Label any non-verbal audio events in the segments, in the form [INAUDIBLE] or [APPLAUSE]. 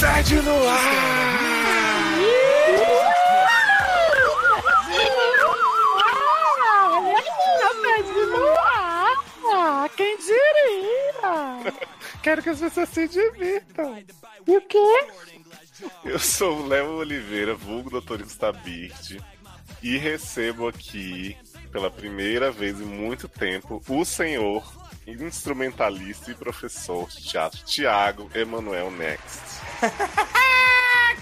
Tarde no ar! Ah, quem diria? Quero que as pessoas se divirtam. E o quê? Eu sou o Léo Oliveira, vulgo doutorista Bird, e recebo aqui, pela primeira vez em muito tempo, o senhor instrumentalista e professor de teatro Tiago Emanuel Next.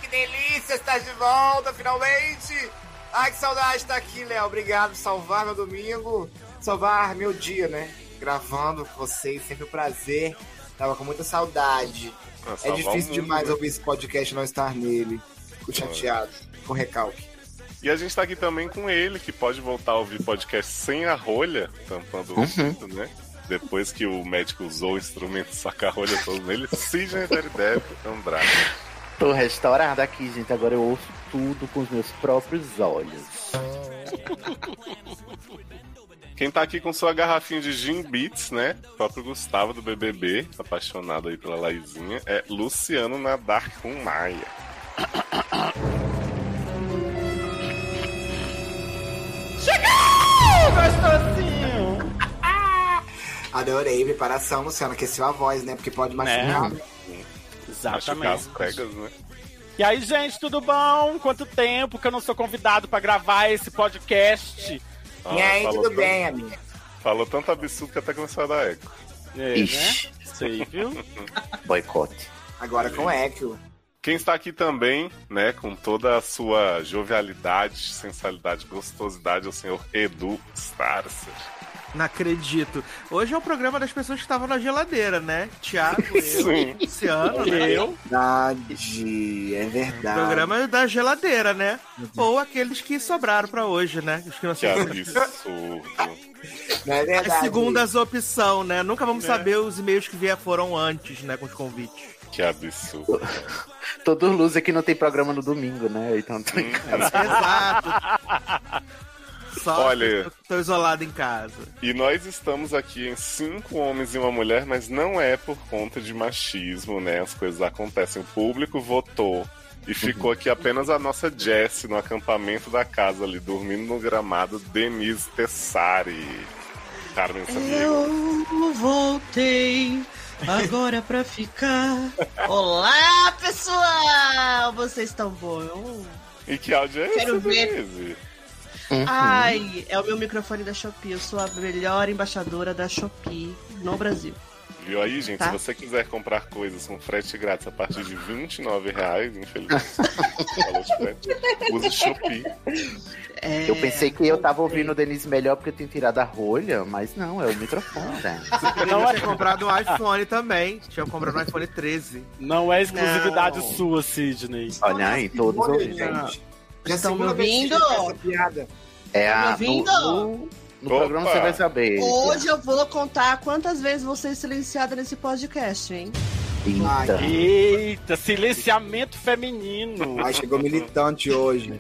Que delícia estar de volta, finalmente! Ai, que saudade de estar aqui, Léo. Obrigado por salvar meu domingo, salvar meu dia, né? Gravando com vocês, sempre um prazer. Tava com muita saudade. Pra é salvar difícil o mundo, demais né? ouvir esse podcast e não estar nele. Fico chateado, com recalque. E a gente tá aqui também com ele, que pode voltar a ouvir podcast sem a rolha, tampando o ouvido, né? Depois que o médico usou o instrumento de sacar a rolha todo nele, Sidney Derideb Andrade. Tô restaurada aqui, gente. Agora eu ouço tudo com os meus próprios olhos. Quem tá aqui com sua garrafinha de Gin Beats, né? O próprio Gustavo do BBB, apaixonado aí pela Laizinha, é Luciano Nadar com Maia. Adorei, preparação, Luciano. Aqueceu a voz, né? Porque pode machucar. Machucar as Exatamente. pregas, né? E aí, gente, tudo bom? Quanto tempo que eu não sou convidado pra gravar esse podcast? Ah, e aí, falou tudo tanto- bem, amiga? Falou tanto absurdo que até começou a dar eco. É, Ixi. né? Sei, viu? Boicote. Agora com Echo. Quem está aqui também, né, com toda a sua jovialidade, sensualidade, gostosidade, é o senhor Edu Starcer. Não acredito. Hoje é o programa das pessoas que estavam na geladeira, né? Tiago, eu, Sim. Luciano, né? Eu? Verdade, é O verdade. programa é da geladeira, né? Ou aqueles que sobraram pra hoje, né? Os que não Que são absurdo. Não é verdade. as segundas opção, né? Nunca vamos saber os e-mails que vier foram antes, né? Com os convites. Que absurdo. Todo luz aqui não tem programa no domingo, né? Então tô em casa. [LAUGHS] Exato. Só Olha- Olha... eu tô isolado em casa. E nós estamos aqui em cinco homens e uma mulher, mas não é por conta de machismo, né? As coisas acontecem. O público votou e ficou aqui apenas a nossa Jess no acampamento da casa ali, dormindo no gramado, Denise Tessari. Carmen Sandiego. Eu voltei agora pra ficar. [LAUGHS] Olá, pessoal! Vocês estão bom? E que áudio é esse, Quero ver. Denise? Uhum. Ai, é o meu microfone da Shopee. Eu sou a melhor embaixadora da Shopee no Brasil. Viu aí, gente? Tá. Se você quiser comprar coisas com frete grátis a partir de R$ 29 reais, [LAUGHS] infelizmente, falou de frete, use Shopee. É, Eu pensei que eu tava ouvindo o Denise melhor porque eu tinha tirado a rolha, mas não, é o microfone, né? Não é. tinha comprado um iPhone também. Tinha comprado um iPhone 13. Não é exclusividade Não. sua, Sidney. Olha aí, todos Olha, ouvindo. gente. Já é Estão segunda me vez que ouvindo? ele faz essa piada. É a. Tá me No, ouvindo? no, no Opa. programa você vai saber. Hoje eu vou contar quantas vezes você é silenciada nesse podcast, hein? Eita. Ai, Eita, silenciamento feminino. Ai, chegou militante hoje.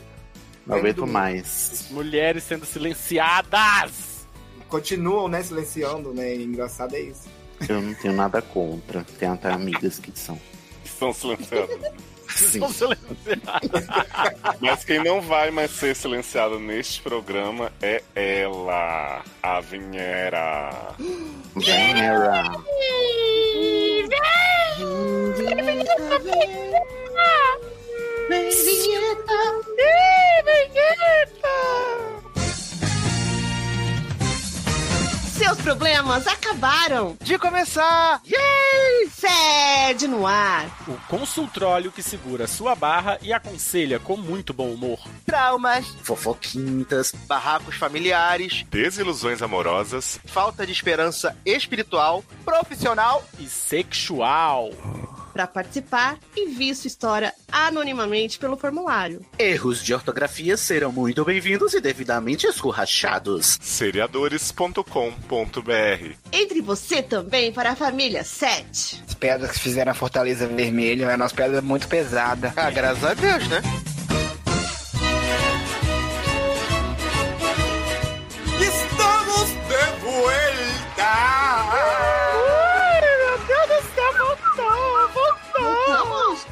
Não aguento um mais. Mulheres sendo silenciadas. Continuam, né, silenciando, né? E engraçado é isso. Eu não tenho nada contra. Tenho até amigas que são. Estão silenciando. Sim. São silen- Mas quem não vai mais ser silenciado neste programa é ela, a Vinhera. Venera. Seus problemas acabaram De começar! Sede no ar. O consultório que segura sua barra e aconselha com muito bom humor. Traumas, fofoquintas, barracos familiares, Desilusões amorosas. falta de esperança espiritual, profissional. E sexual. Para participar, envie sua história anonimamente pelo formulário. Erros de ortografia serão muito bem-vindos e devidamente escorrachados. Seriadores.com.br Entre você também para a família 7. As pedras que fizeram a Fortaleza Vermelha né, eram as pedras é muito pesadas. Ah, graças a Deus, né? Estamos de Ah, volta! Vamos!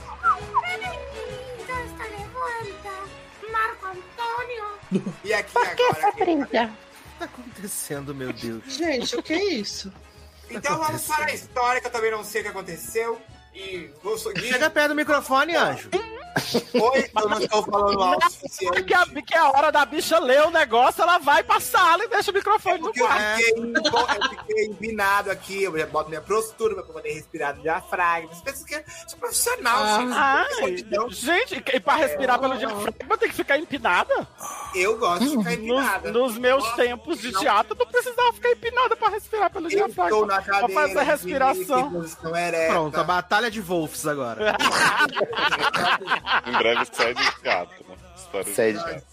O querida. que tá acontecendo, meu Deus? Gente, o que é isso? Então vamos para a história, que eu também não sei o que aconteceu. E vou seguir. Chega perto do microfone, anjo. Oi, eu não estou falando alto o suficiente. Porque a, que é a hora da bicha ler o negócio, ela vai pra sala e deixa o microfone no É Porque eu quarto. fiquei, eu fiquei empinado aqui, eu já boto minha postura pra poder respirar no diafragma. Você pensa que é profissional, gente. Ai, Solidão. gente, e pra respirar pelo diafragma tem que ficar empinada? Eu gosto de ficar empinada. Nos, nos meus Nossa, tempos de não. teatro, eu não precisava ficar empinada pra respirar pelo Eu estou diafragma. na cadeira. fazer a de respiração. em posição ereta. Pronto, a batalha de [LAUGHS] Wolfs agora. Em breve sai de gato. né? História Sai de de gato.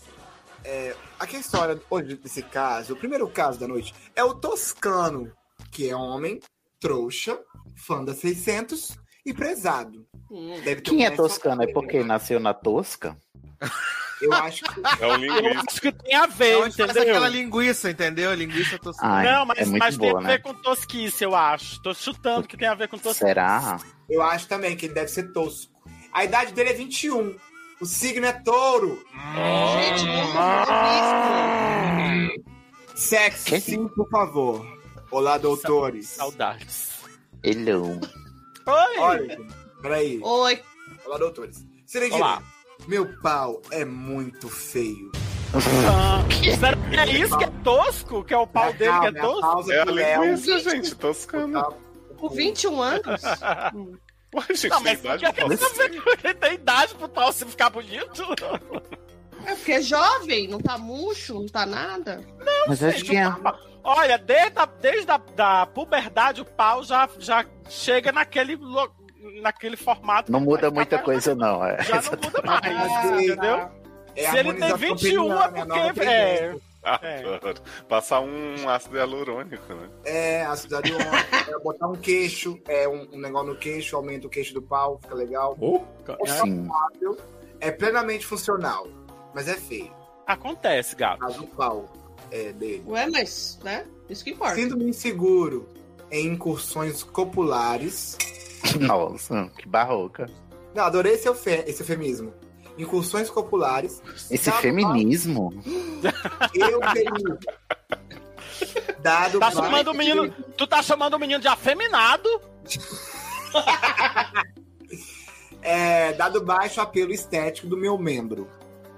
Aqui é a história hoje desse caso, o primeiro caso da noite, é o Toscano, que é homem, trouxa, fã da 600 e prezado. Deve ter Quem é um- toscano? É porque nasceu na Tosca? Eu acho que É um Eu linguista. acho que tem a É ver, onde faz aquela entendeu? linguiça, entendeu? Linguiça toscana. Ai, Não, mas, é muito mas tem boa, a ver né? com tosquice, eu acho. Tô chutando que tem a ver com tosquice. Será? Eu acho também que ele deve ser tosco. A idade dele é 21. O signo é touro. Gente, não Sexo, Que? sim, por favor. Olá, doutores. Saudades. Ele é um- Oi! Olha, peraí. Oi, Olá, doutores. Serenidade. Olá. Meu pau é muito feio. Ah, será que é isso que é tosco? Que é o pau dele que é Calma, a tosco? pausa É a pro Léo. linguista, gente, toscana. Tá. com 21 anos? Ué, gente, Não, tem idade mas o que é que pra falar ele tá assim? vendo? Ele tem idade pro pau se ficar bonito? É porque é jovem, não tá murcho, não tá nada. Mas acho que é. Olha, desde a, desde a da puberdade, o pau já, já chega naquele, lo- naquele formato. Não que muda vai ficar muita mais- coisa, não. É. Já não muda mais, Ah, entendeu? É a Se ele tem harmonização 21 é peniana, a nova porque- é. tendência. Adoro. Passar um ácido hialurônico, né? É, a cidade de ontem. é botar um queixo, é um, um negócio no queixo, aumenta o queixo do pau, fica legal. né? Sim. É plenamente funcional, mas é feio. Acontece, gato. Caso o pau é, dele. Ué, mas, né? Isso que importa. Sinto-me inseguro em incursões copulares. Nossa, que barroca. Não, adorei esse, efe- esse eufemismo. Incurções copulares. Esse Dado feminismo. Eu tenho. Dado Tá baixo- chamando o menino. Tu tá chamando o menino de afeminado? É, dado baixo apelo estético do meu membro.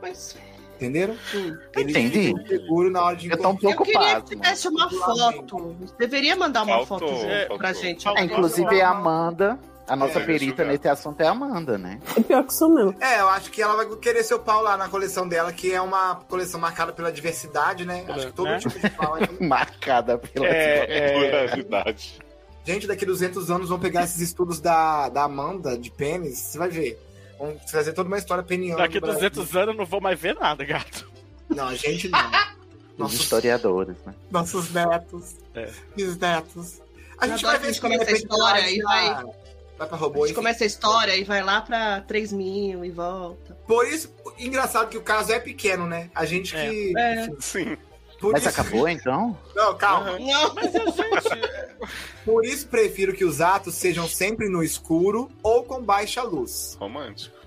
Mas Entenderam? Hum. Ele Entendi. fica inseguro na hora de Eu tô um incursão. eu pouco né? queria que pasmo. tivesse uma foto. Deveria mandar uma Faltou, foto faltou. pra gente. É, É, inclusive, a Amanda, a nossa É, perita julgado. nesse assunto é a Amanda, né? É pior que sou mesmo. É, eu acho que ela vai querer seu pau lá na coleção dela, que é uma coleção marcada pela diversidade, né? Acho que todo Né? tipo de [LAUGHS] pau. aí- [LAUGHS] Marcada pela. É, É Pluralidade. Gente, daqui 200 anos vão pegar esses estudos da, da Amanda, de pênis, você vai ver. Vão fazer toda uma história peniana. Daqui no Brasil. 200 anos eu não vou mais ver nada, gato. Não, a gente não. Os Nossos, historiadores, né? nossos netos. É. Bisnetos. A gente Agora vai que ver a gente se começa de repente a história vai e pra- Vai pra A robô. gente enfim. começa a história e vai lá pra 3 mil e volta. Por isso, engraçado que o caso é pequeno, né? A gente É. que. É. Sim. Por Mas isso, acabou então? Não, calma. Não, Mas, gente, Por isso prefiro que os atos sejam sempre no escuro ou com baixa luz. Romântico.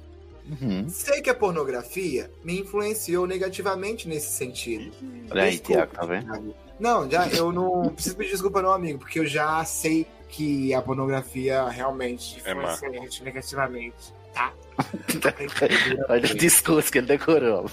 Uhum. Sei que a pornografia me influenciou negativamente nesse sentido. Olha aí, Desculpa, Tiago, tá vendo? Thiago. Não, já eu não preciso pedir desculpa não, amigo, porque eu já sei que a pornografia realmente É má. influencia a gente negativamente, [LAUGHS] tá? Olha o discurso que ele decorou.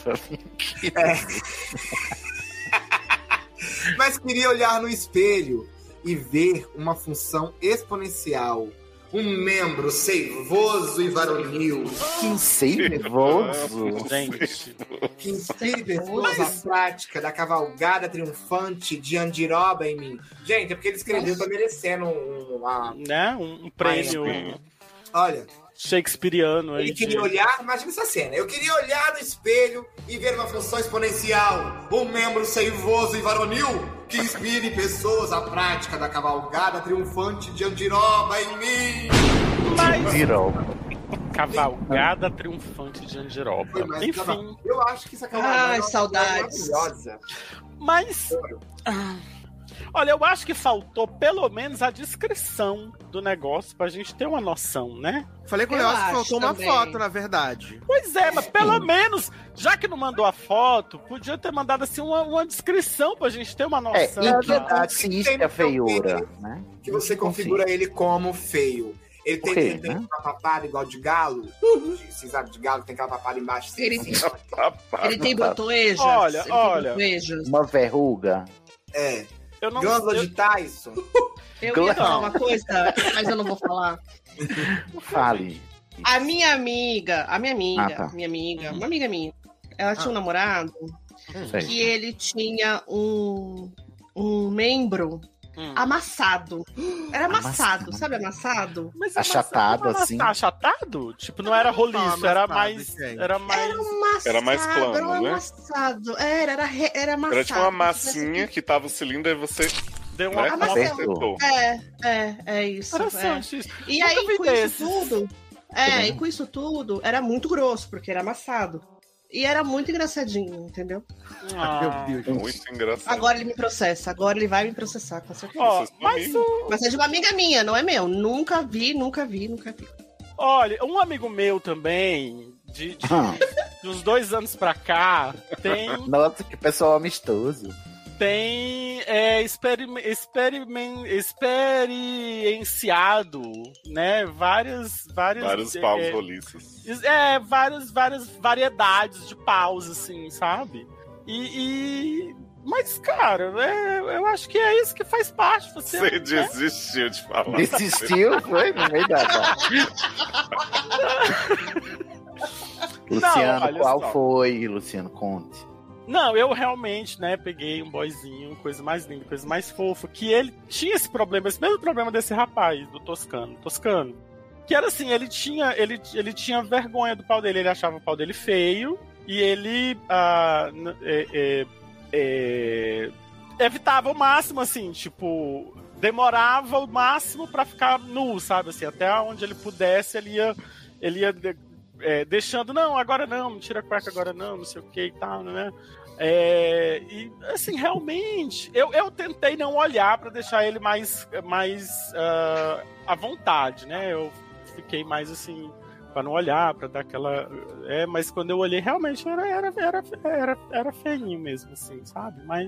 Mas queria olhar no espelho e ver uma função exponencial. Um membro seivoso e varonil Incentivoso. gente. que inspire pessoas à prática da cavalgada triunfante de Andiroba em mim. Gente, é porque ele escreveu, tá merecendo um- uma. Né? Um, um prêmio Olha, shakespeariano aí. ele de- queria olhar, imagina essa cena. Eu queria olhar no espelho e ver uma função exponencial, um membro seivoso e varonil que inspire pessoas à prática da cavalgada triunfante de Andiroba em mim. Virou. Cavalgada triunfante de Andiroba. Foi mais Enfim. é trabalho. Eu acho que essa cavalgada Ai, é uma saudades. maravilhosa. Mas. Ah, Olha, eu acho que faltou pelo menos a descrição do negócio pra gente ter uma noção, né? Falei com o Eu Leócio que acho faltou uma também. foto, na verdade. Pois é, mas pelo menos, já que não mandou a foto, podia ter mandado assim uma, uma descrição pra gente ter uma É, noção. e tá? que assiste a feiura, né? Que você configura ele como feio. Ele tem, Por quê, ele tem né? uma papada igual de galo. Vocês sabem de galo, tem aquela papada embaixo. assim, Ele- assim, ó. Rapaz, Ele tem botoejas. Olha, ele tem olha. botoejas. Uma verruga. É. Eu não Gândola eu- de Tyson. Eu Claro. ia falar uma coisa, mas eu não vou falar. Fale. A minha amiga, a minha amiga, Ah, tá. minha amiga, uma amiga minha, ela Ah. tinha um namorado Sei. que ele tinha um, um membro Hum. amassado. Era amassado, Amassado. sabe amassado? Mas é Achatado, massa- assim. Tá achatado? Tipo, não era roliço, Não, era amassado, mais. gente. Era mais. Era amassado. Era mais plano, era um né? amassado. Era, era, re- era amassado. Era tipo uma tá Mas- massinha que tava o cilindro e você Deu uma. né, massa- acertou. É, é, é isso. é. Interessante isso. E Nunca vi aí, com desses. isso tudo. É, e com isso tudo, era muito grosso, porque era amassado. E era muito engraçadinho, entendeu? Ah. Meu Deus. É Muito engraçado. Agora ele me processa, agora ele vai me processar, com certeza. Ó, Vocês são mas amigos? o, Mas é de uma amiga minha, não é meu. Nunca vi, nunca vi, nunca [LAUGHS] vi. olha, um amigo meu também, de, de- Ah. dos dois anos pra cá, tem, Nossa, que pessoal amistoso. tem é, experime- experimen- experienciado, né, várias... várias Vários é, paus roliços. É, várias, várias variedades de paus, assim, sabe? E. e- Mas, cara, é- eu acho que é isso que faz parte. Você, Você desistiu de tá falar. Desistiu, foi no meio da. da- [LAUGHS] Luciano, olha qual só. foi, Luciano? Conte. Não, eu realmente, né, peguei um boyzinho, coisa mais linda, coisa mais fofa, que ele tinha esse problema, esse mesmo problema desse rapaz, do Toscano, Toscano. Que era assim, ele tinha, ele, ele tinha vergonha do pau dele, ele achava o pau dele feio, e ele ah, n- é- é- é, evitava o máximo, assim, tipo, demorava o máximo pra ficar nu, sabe, assim, até onde ele pudesse, ele ia, ele ia de- é, deixando, não, agora não, me tira a cueca agora não, não sei o que e tal, né? É, e assim, realmente, eu, eu tentei não olhar pra deixar ele mais, mais ah, à vontade, né? Eu fiquei mais assim, pra não olhar, pra dar aquela. É, mas quando eu olhei, realmente era, era, era, era, era feinho mesmo, assim, sabe? [LAUGHS] Mas.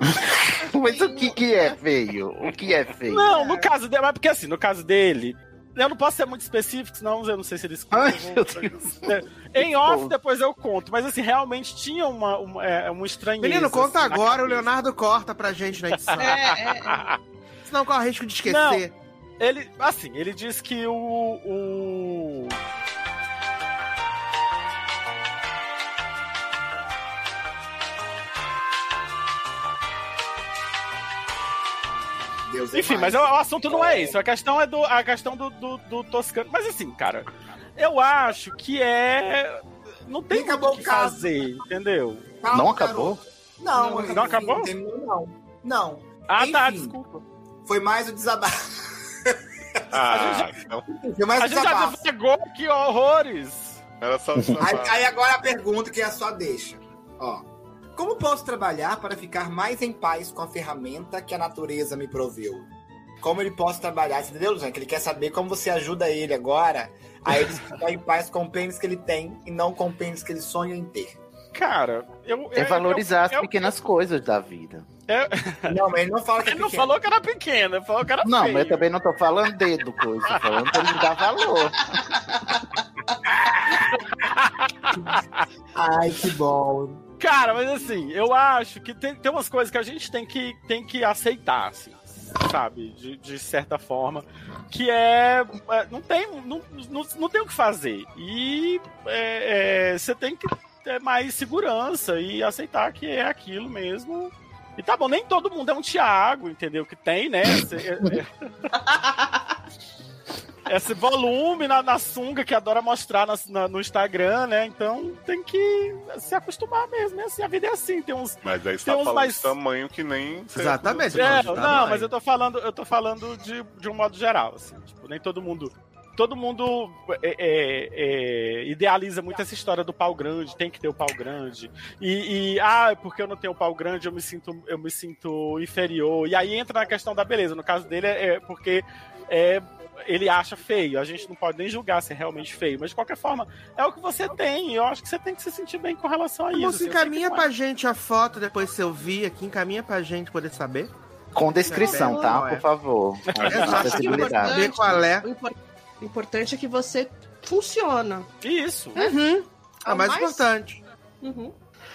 Mas o que, que é feio? O que é feio? Não, no caso dele, mas porque assim, no caso dele. Eu não posso ser muito específico, senão eu não sei se ele escuta. Ai, eu vou- meu Deus. Em off, Bom. depois eu conto. Mas assim, realmente tinha uma, uma, é, uma estranheza. Menino, conta assim, na agora, cabeça. o Leonardo corta pra gente na edição. É, é, Senão corre o risco de esquecer. Ele, assim, ele diz que o. o... Deus é Enfim, mais. mas o, o assunto não é isso. A questão é do. A questão do, do, do Toscano. Mas assim, cara, eu acho que é. Não tem Nem muito acabou o que o caso. fazer, entendeu? Calma, garoto. Não acabou? Não, Não, ele não acabou? terminou, não. Não, Ah, tá, Enfim. desculpa. foi mais o desabafo. Ah, então Foi mais A o gente já desabafo. divulgou aqui horrores. era só. um Aí, aí agora a pergunta que é a sua deixa. Ó. Como posso trabalhar para ficar mais em paz com a ferramenta que a natureza me proveu? Como ele posso trabalhar, você entendeu, Luciano? Que ele quer saber como você ajuda ele agora [LAUGHS] a ele ficar em paz com o pênis que ele tem e não com o pênis que ele sonha em [LAUGHS] ter. Cara, eu. É eu- valorizar as eu- eu- pequenas coisas da vida. Não, mas ele não fala que é Ele não pequeno. falou que era pequena, ele falou que era Não, Tá feio. mas eu também não tô falando dedo, coisa. Tô falando pra ele dar valor. Ai, que bom. Cara, mas assim, eu acho que tem, tem umas coisas que a gente tem que, tem que aceitar, assim, sabe? De, de certa forma. Que é. é, Não tem, não, não, não tem o que fazer. E é, é, você tem que ter mais segurança e aceitar que é aquilo mesmo. E tá bom, nem todo mundo é um Thiago, entendeu? Que tem, né? Esse, é- [LAUGHS] é- esse volume na, na sunga que adora mostrar nas- na- no Instagram, né? Então tem que se acostumar mesmo, é assim, a vida é assim, tem uns. Mas aí você Tem tá uns falando mais- de tamanho que nem. Exatamente. É, tá não, bem. mas eu tô falando, eu tô falando de, de um modo geral, assim, tipo, nem todo mundo todo mundo é, é, é, idealiza muito essa história do pau grande, tem que ter o pau grande. E, e, ah, porque eu não tenho pau grande, eu me sinto, eu me sinto inferior. E aí entra na questão da beleza. No caso dele é porque é, ele acha feio. A gente não pode nem julgar se é realmente feio, mas de qualquer forma, é o que você tem. Eu acho que você tem que se sentir bem com relação a isso. Moço, assim, eu sei que Então, encaminha não é. pra gente a foto depois se eu vi aqui, encaminha pra gente poder saber. Com descrição, Não, tá? não é. Por favor. Eu só acho que é Acessibilidade. importante ver qual é. O impor- o importante é que você funciona. Isso. Uhum. É, A mais importante. Uhum.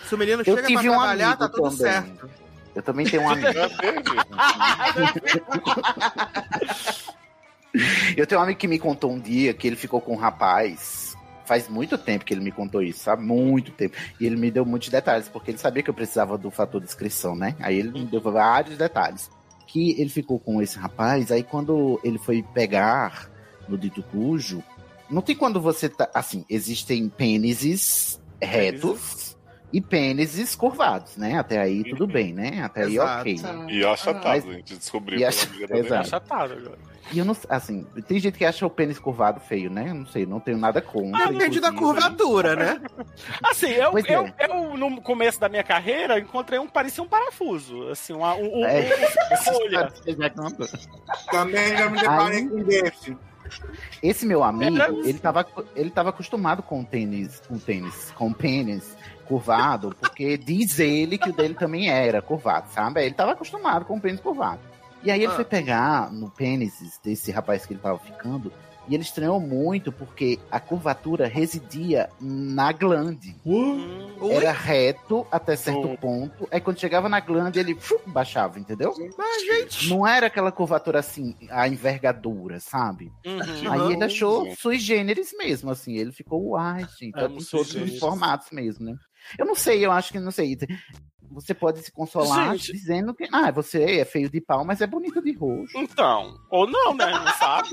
Se o menino Eu chega pra tive um trabalhar, amigo tá tudo também. certo. Eu também tenho um [LAUGHS] amigo. Já teve. [LAUGHS] Eu tenho um amigo que me contou um dia que ele ficou com um rapaz. Faz muito tempo que ele me contou isso, há muito tempo. E ele me deu muitos detalhes, porque ele sabia que eu precisava do fator descrição, né? Aí ele me deu vários detalhes. Que ele ficou com esse rapaz, aí quando ele foi pegar no dito cujo, não tem quando você tá. Assim, existem pênises retos e pênises curvados, né? Até aí tudo Uhum. bem, né? Até Exato. aí ok. né? Tá. E achatado, Ah. a gente descobriu. E pela ach- amiga da Dani. Exato. Tá Achatado agora. E eu não assim, tem gente que acha o pênis curvado feio, né? Eu não sei, não tenho nada contra. Ah, Depende da inclusive. curvatura, né? Assim, eu, Pois é. eu, eu, no começo da minha carreira, encontrei um que parecia um parafuso. Assim, uma, um, um, É. [LAUGHS] uma bolha. Também já me deparei Aí- com um desse. Esse meu amigo, Era- ele tava, ele tava acostumado com o tênis, com o tênis, com o pênis curvado, porque diz ele que o dele também era curvado, sabe? Ele tava acostumado com o pênis curvado. E aí ele Ah. foi pegar no pênis desse rapaz que ele tava ficando, e ele estranhou muito porque a curvatura residia na glande. Hum, Ui, Era reto até certo Hum. ponto. Aí quando chegava na glande, ele fiu, baixava, entendeu? mas, gente. Não era aquela curvatura assim, a envergadura, sabe? uhum. Aí ele achou Sim. sui generis mesmo, assim. Ele ficou, uai, gente, Amo tá com sui todos generis. os formatos mesmo, né? Eu não sei, eu acho que não sei. Você pode se consolar Gente. dizendo que, ah, você é feio de pau, mas é bonito de roxo. Então, ou não, né? Não sabe?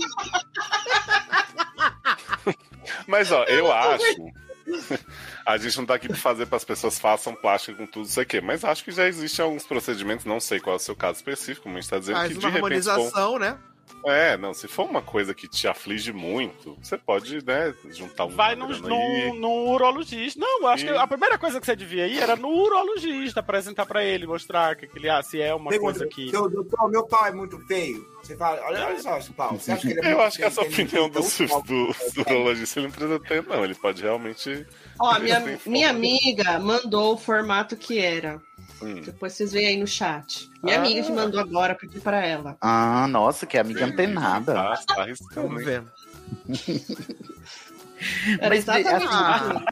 Mas ó, eu acho. [LAUGHS] A gente não tá aqui pra fazer para as pessoas façam plástica com tudo isso aqui, mas acho que já existem alguns procedimentos, não sei qual é o seu caso específico, mas tá dizendo Faz que uma de repente. bom, harmonização, né? é, não, se for uma coisa que te aflige muito, você pode, né, juntar um Vai num, num, num urologista. Não, eu acho que Sim. a primeira coisa que você devia ir era no urologista apresentar pra ele, mostrar que aquele, ah, se é uma um coisa que. um Seu, doutor, meu pau é muito feio. Você fala, olha, olha só esse pau. Você acha que ele é Eu muito acho que essa feio? Ele opinião tem do, um pau do, do urologista ele não precisa ter, não. Ele pode realmente. Ó, minha, Tem foto. minha amiga mandou o formato que era. Hum. Depois vocês veem aí no chat. Minha amiga que mandou agora, pedi pra ela. Ah, nossa, que amiga não tem Sim, nada. Tá, tá arriscando, Vamos hein? ver. Era Mas, exatamente assim, isso.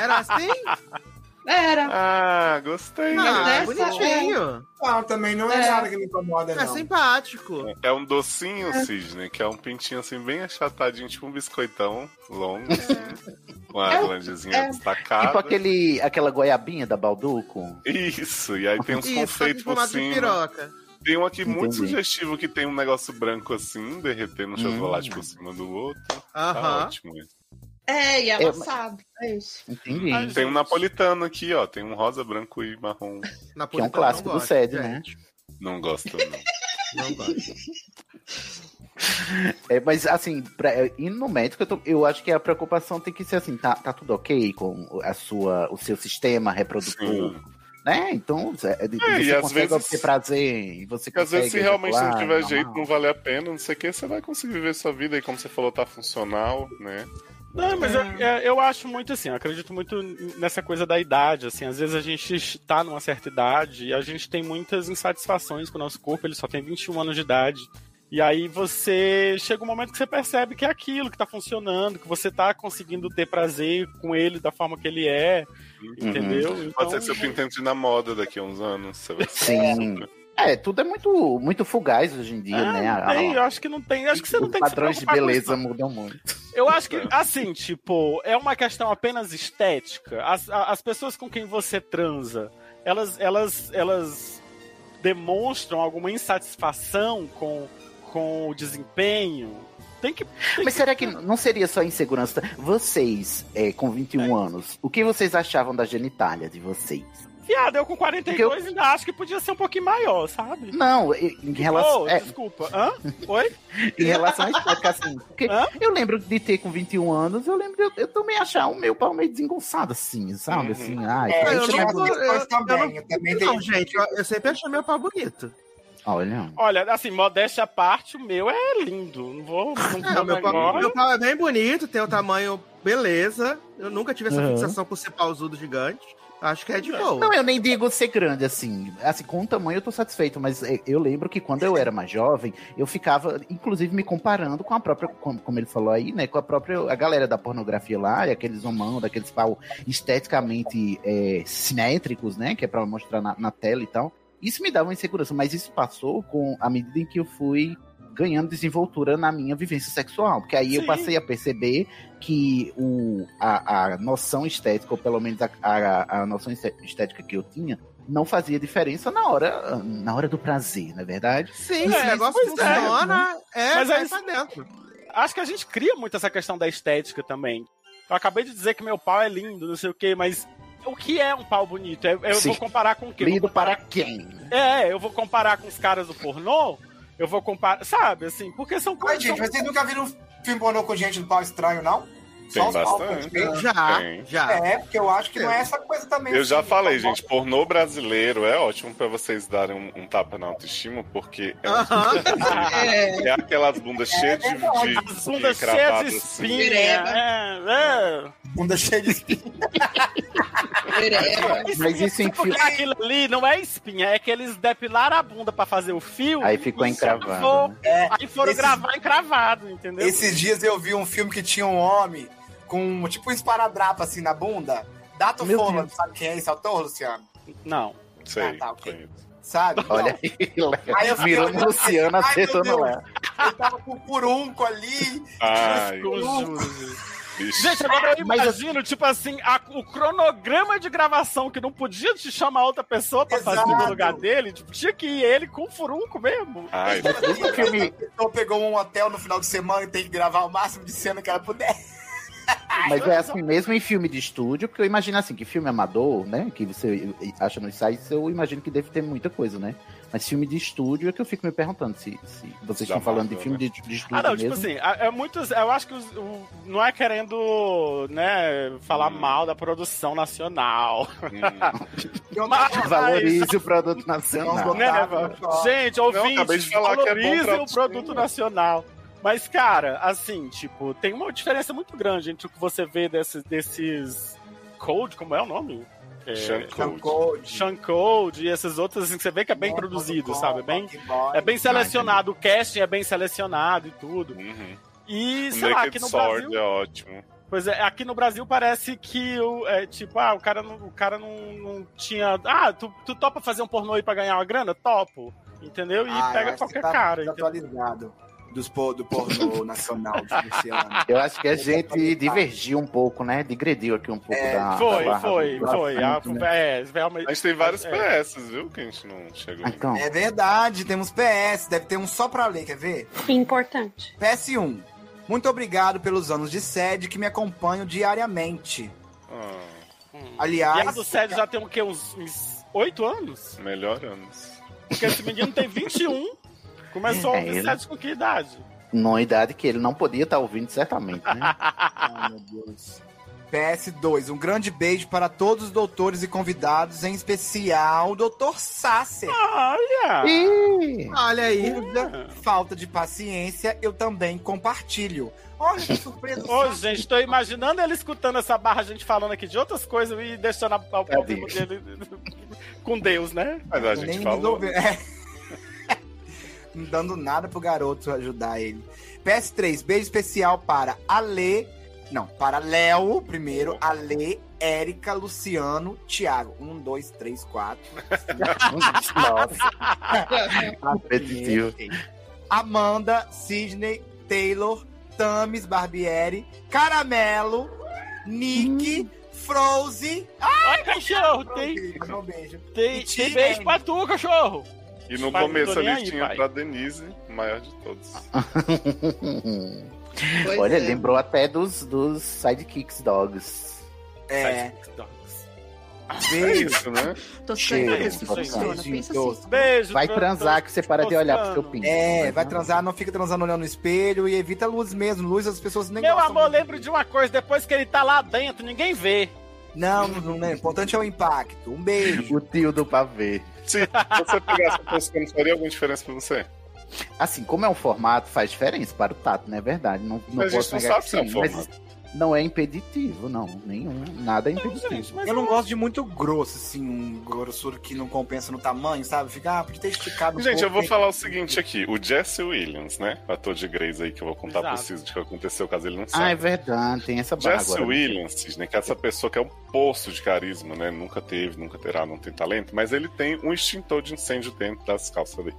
Era assim? [LAUGHS] Era. Ah, gostei. Ah, essa- bonitinho. Ah, também não é, É. nada que me incomoda, É não. simpático. É um docinho, Sidney, que é um pintinho assim bem achatadinho, tipo um biscoitão É. longo, assim, com a É um- glandezinha é. destacada. Tipo aquele, aquela goiabinha da Balduco. Isso, e aí tem uns Isso, só que em confeitos por formato de cima. piroca. Tem um aqui muito Entendi. sugestivo que tem um negócio branco assim, derretendo um Hum. chocolate por cima do outro. Tá Aham. ótimo. isso. É, e Eu- ela sabe. É isso. Entendi. Ai, Tem um napolitano aqui, ó. Tem um rosa, branco e marrom. Na que é um clássico do SED, né? Não gosto, [LAUGHS] não. Não [LAUGHS] gosto. É, mas assim, pra, é, indo no médico, eu, tô- eu acho que a preocupação tem que ser assim, tá, tá tudo ok com a sua, o seu sistema reprodutor, Sim. né? Então, é, é, e você às consegue vezes- obter prazer, e você Porque às vezes, se consegue realmente não ejacular, tiver é normal. jeito, não valer a pena, não sei o que, você vai conseguir viver sua vida. E como você falou, tá funcional, né? Não, mas eu, é, eu acho muito assim, eu acredito muito nessa coisa da idade, assim, às vezes a gente está numa certa idade e a gente tem muitas insatisfações com o nosso corpo, ele só tem 21 anos de idade. E aí você chega um momento que você percebe que é aquilo que tá funcionando, que você tá conseguindo ter prazer com ele da forma que ele é, entendeu? Pode Então, ser que seu pinto entre na moda daqui a uns anos. Você vai Sim. É, tudo é muito, muito fugaz hoje em dia, ah, né? não A- tem, eu acho que não tem, acho que você não os tem que se padrões de preocupar com isso, beleza mudam muito. Eu acho que, assim, tipo, é uma questão apenas estética. As, a- as pessoas com quem você transa, elas, elas, elas demonstram alguma insatisfação com, com o desempenho. Tem que. tem Mas será que não seria só um insegurança? Vocês, é, com 21 anos, o que vocês achavam da genitália de vocês? Viado, eu com 42 ainda acho que podia ser um pouquinho maior, sabe? Não, em em relação. Ô, é, desculpa. Hã? Oi? em relação a isso, porque assim. [LAUGHS] Porque Hã? eu lembro de ter com 21 anos, eu lembro de eu, eu também achar o meu pau meio desengonçado, assim, sabe? Uhum. Assim, ai, É, cara, eu isso tinha não é essas não- questões bonito. eu- também. eu não- Eu também Não, tenho- gente, eu, eu sempre achei meu pau bonito. Olha. Olha, assim, modéstia à parte, o meu é lindo. Não vou. Não [LAUGHS] É, vou meu, pau, agora. meu pau é bem bonito, tem o tamanho, beleza. Eu nunca tive essa Uhum. fixação por ser pauzudo gigante. Acho que é de boa. Não, eu nem digo ser grande, assim. Assim, com o tamanho eu tô satisfeito, mas é, eu lembro que quando eu era mais jovem, eu ficava, inclusive, me comparando com a própria, como, como ele falou aí, né? Com a própria, a galera da pornografia lá, e aqueles homão, daqueles pau esteticamente é, simétricos, né? Que é pra mostrar na, na tela e tal. Isso me dava uma insegurança, mas isso passou com a medida em que eu fui ganhando desenvoltura na minha vivência sexual. Porque aí eu Sim. passei a perceber que o, a, a noção estética, ou pelo menos a, a, a noção este- estética que eu tinha, não fazia diferença na hora, na hora do prazer, não é verdade? Sim, É, o negócio pois é. funciona, é, Mas sai aí- pra dentro. acho que a gente cria muito essa questão da estética também. Eu acabei de dizer que meu pau é lindo, não sei o quê, mas o que é um pau bonito? Eu, eu Sim. vou comparar com o quê? Lido para quem? É, eu vou comparar com os caras do pornô, eu vou comparar, sabe, assim, porque são Mas, coisas... gente, vocês nunca viram um filme pornô com gente do pau estranho, não? Tem os pau bastante. estranho. Já, Tem. já. É, porque eu acho que não é essa coisa também. Eu já assim, falei, tá gente, pornô brasileiro é ótimo pra vocês darem um, um tapa na autoestima, porque é, Ah, Aham. Ah. é aquelas bundas cheias de, de, [LAUGHS] As de bundas cheias cravata, assim. de espinha. Pereba. É, bom. Bunda [LAUGHS] cheia de espinha. Pereba. é. Mas isso em Porque fio- aquilo ali não é espinha, é que eles depilaram a bunda pra fazer o fio. Aí ficou e encravado. só- né? Aí foram Esse- gravar encravado, entendeu? Esses dias eu vi um filme que tinha um homem com tipo um esparadrapo assim na bunda. Dato Meu Folland, sabe quem é esse autor, Luciano? Não. Sei, Ah, tá, ok. conheço. [LAUGHS] Sabe? Olha aí, [LAUGHS] Aí eu Léo. fiquei Mirando olhando Luciana assim, ai, acertando meu Deus. lá. Ele tava com o purunco ali. Ai, Eu juro, gente. bicho. Gente, agora eu Mas imagino, tipo assim, a- o cronograma de gravação que não podia te chamar outra pessoa pra fazer no Exato. lugar dele, tipo, tinha que ir ele com o furunco mesmo. [LAUGHS] Ai, Esse filme, Então pegou um hotel no final de semana e tem que gravar o máximo de cena que ela puder. Mas é assim mesmo em filme de estúdio, porque eu imagino assim, que filme amador, né? Que você acha nos sites, eu imagino que deve ter muita coisa, né? Mas filme de estúdio é que eu fico me perguntando se, se vocês Já estão falando de matou, filme de, de estúdio Ah, não, tipo mesmo. assim, a- é muitos. Eu acho que os- o- não é querendo, né, falar Hum. mal da produção nacional. hum. Eu Mas- Valorize o produto nacional. Não, né, né, tá, Val? tá. Gente, acabei ouvintes, de falar que é bom valorizem pra o produto você. nacional. Mas, cara, assim, tipo, tem uma diferença muito grande entre o que você vê desses. desses code, como é o nome? É, Sean Code. Sean Code e essas outras, assim, que você vê que é bem produzido, sabe? É Bem, é bem selecionado, o casting é bem selecionado e tudo. Uhum. E, sei lá, aqui Naked no Sword Brasil. é ótimo. Pois é, aqui no Brasil parece que o, é, tipo, ah, o cara não, o cara não, não tinha. Ah, tu, tu topa fazer um pornô aí pra ganhar uma grana? Topo. Entendeu? E Ah, Ah, pega qualquer tá- cara. entendeu? tá atualizado dos po- do pornô [LAUGHS] nacional de Luciano. Eu acho que a gente divergiu um pouco, né? Digrediu aqui um pouco É, da. Foi, da barra foi, do- foi. da Ah, frente, né? é, realmente- A gente tem vários É. PS, viu? Que a gente não chegou. Então, É verdade, temos PS, deve ter um só pra ler, quer ver? Importante. PS1. Muito obrigado pelos anos de sede que me acompanham diariamente. Ah, Hum. Aliás, Viado Sérgio já tem o quê? Uns, uns 8 anos? melhoramos. Porque esse menino tem 21. Começou É, a ouvir ele- Sérgio com que idade? numa idade que ele não podia estar ouvindo, certamente, né? Ai, meu Deus. PS2, um grande beijo para todos os doutores e convidados, em especial o Dr. Sasser. Olha! Ih, Olha aí. Ah. Ainda Falta de paciência, eu também compartilho. Olha que surpresa. Ô, gente, tô imaginando ele escutando essa barra, a gente falando aqui de outras coisas e deixando a- É, o problema Deus. dele com Deus, né? Mas a Nem gente falou. resolveu. É. [LAUGHS] Não dando nada pro garoto ajudar ele. PS3, beijo especial para Ale. Não, para Léo primeiro, Ale, Érica, Luciano, Thiago. Um, dois, três, quatro. nossa, [LAUGHS] quatro Repetitivo. primeiros. Amanda, Sidney, Taylor, Tamis, Barbieri, Caramelo, Nick, Hum. Froze. Ai, cachorro, tem, Froze, um beijo. tem, Titi, tem beijo né? pra tu, cachorro! E no Pai, não tô começo nem ali aí, tinha pai. pra Denise, maior de todos. Pois Olha, é. lembrou até dos, dos sidekicks dogs. É, É isso, né? Toscano é isso que Cheiro, funciona. Toscano. Pensa assim. Beijo, Vai Tran- transar que você para de olhar pro seu Toscano. pinto. É, vai transar, não fica transando olhando no espelho e evita a luz mesmo. Luz as pessoas nem Meu gostam amor, muito. lembro de uma coisa, depois que ele tá lá dentro, ninguém vê. Não, não é. O importante é o impacto. Um beijo. O tio do pavê. Se você pegasse o Toscano, faria alguma diferença pra você? Assim, como é um formato, faz diferença para o tato, não é verdade? Não, não Mas a gente posso não negar sabe que se é um sim, mas formato. não é impeditivo, não. Nenhum. Nada é impeditivo. Gente, mas Eu não gosto de muito grosso, assim, um grossura que não compensa no tamanho, sabe? Fica, ah, podia ter esticado um Gente, eu pouco, vou hein? falar o seguinte aqui. O Jesse Williams, né? O ator de Grey's aí que eu vou contar Exato. pro Cisne o que aconteceu, caso ele não saiba. Ah, é verdade, tem essa barra Jesse agora. né? Williams, Cisne, que é essa pessoa que é um poço de carisma, né? Nunca teve, nunca terá, não tem talento, mas ele tem um extintor de incêndio dentro das calças dele.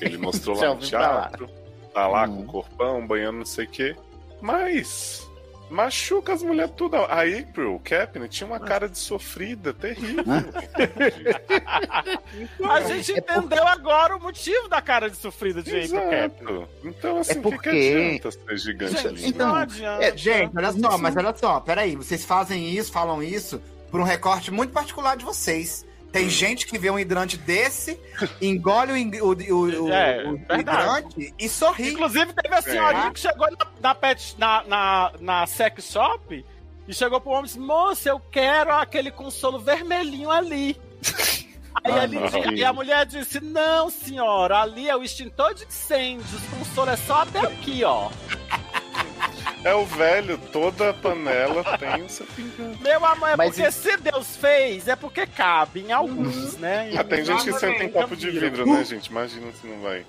Ele [LAUGHS] mostrou Já lá no ouvi falar. teatro, tá lá Hum. com o corpão, banhando não sei o quê. Mas machuca as mulheres tudo. A April Capne tinha Ah. uma cara de sofrida terrível. [LAUGHS] A gente É porque- entendeu agora o motivo da cara de sofrida de April Cap. Exato. Então, assim, o que, É porque- que adianta ser gigante Gente, lindo? então, não adianta. é, Gente, olha só, mas olha só, peraí, vocês fazem isso, falam isso, por um recorte muito particular de vocês. Hum. Tem gente que vê um hidrante [LAUGHS] desse, engole o, ing- o, o- o- É, o verdade. hidrante e sorri. Inclusive, teve a senhorinha que chegou na, na pet, na, na, na sex shop e chegou pro homem e disse: Moça, eu quero aquele consolo [LAUGHS] vermelhinho ali. Aí, Ah, ele não. di- aí a mulher disse: Não, senhora, ali é o extintor de incêndios, o consolo é só até aqui, ó. É o velho, toda panela tem o seu Meu amor, é Mas porque se Deus fez, é porque cabe em alguns, né? Ah, tem gente que senta em copo de vidro, né, gente? Imagina se não vai.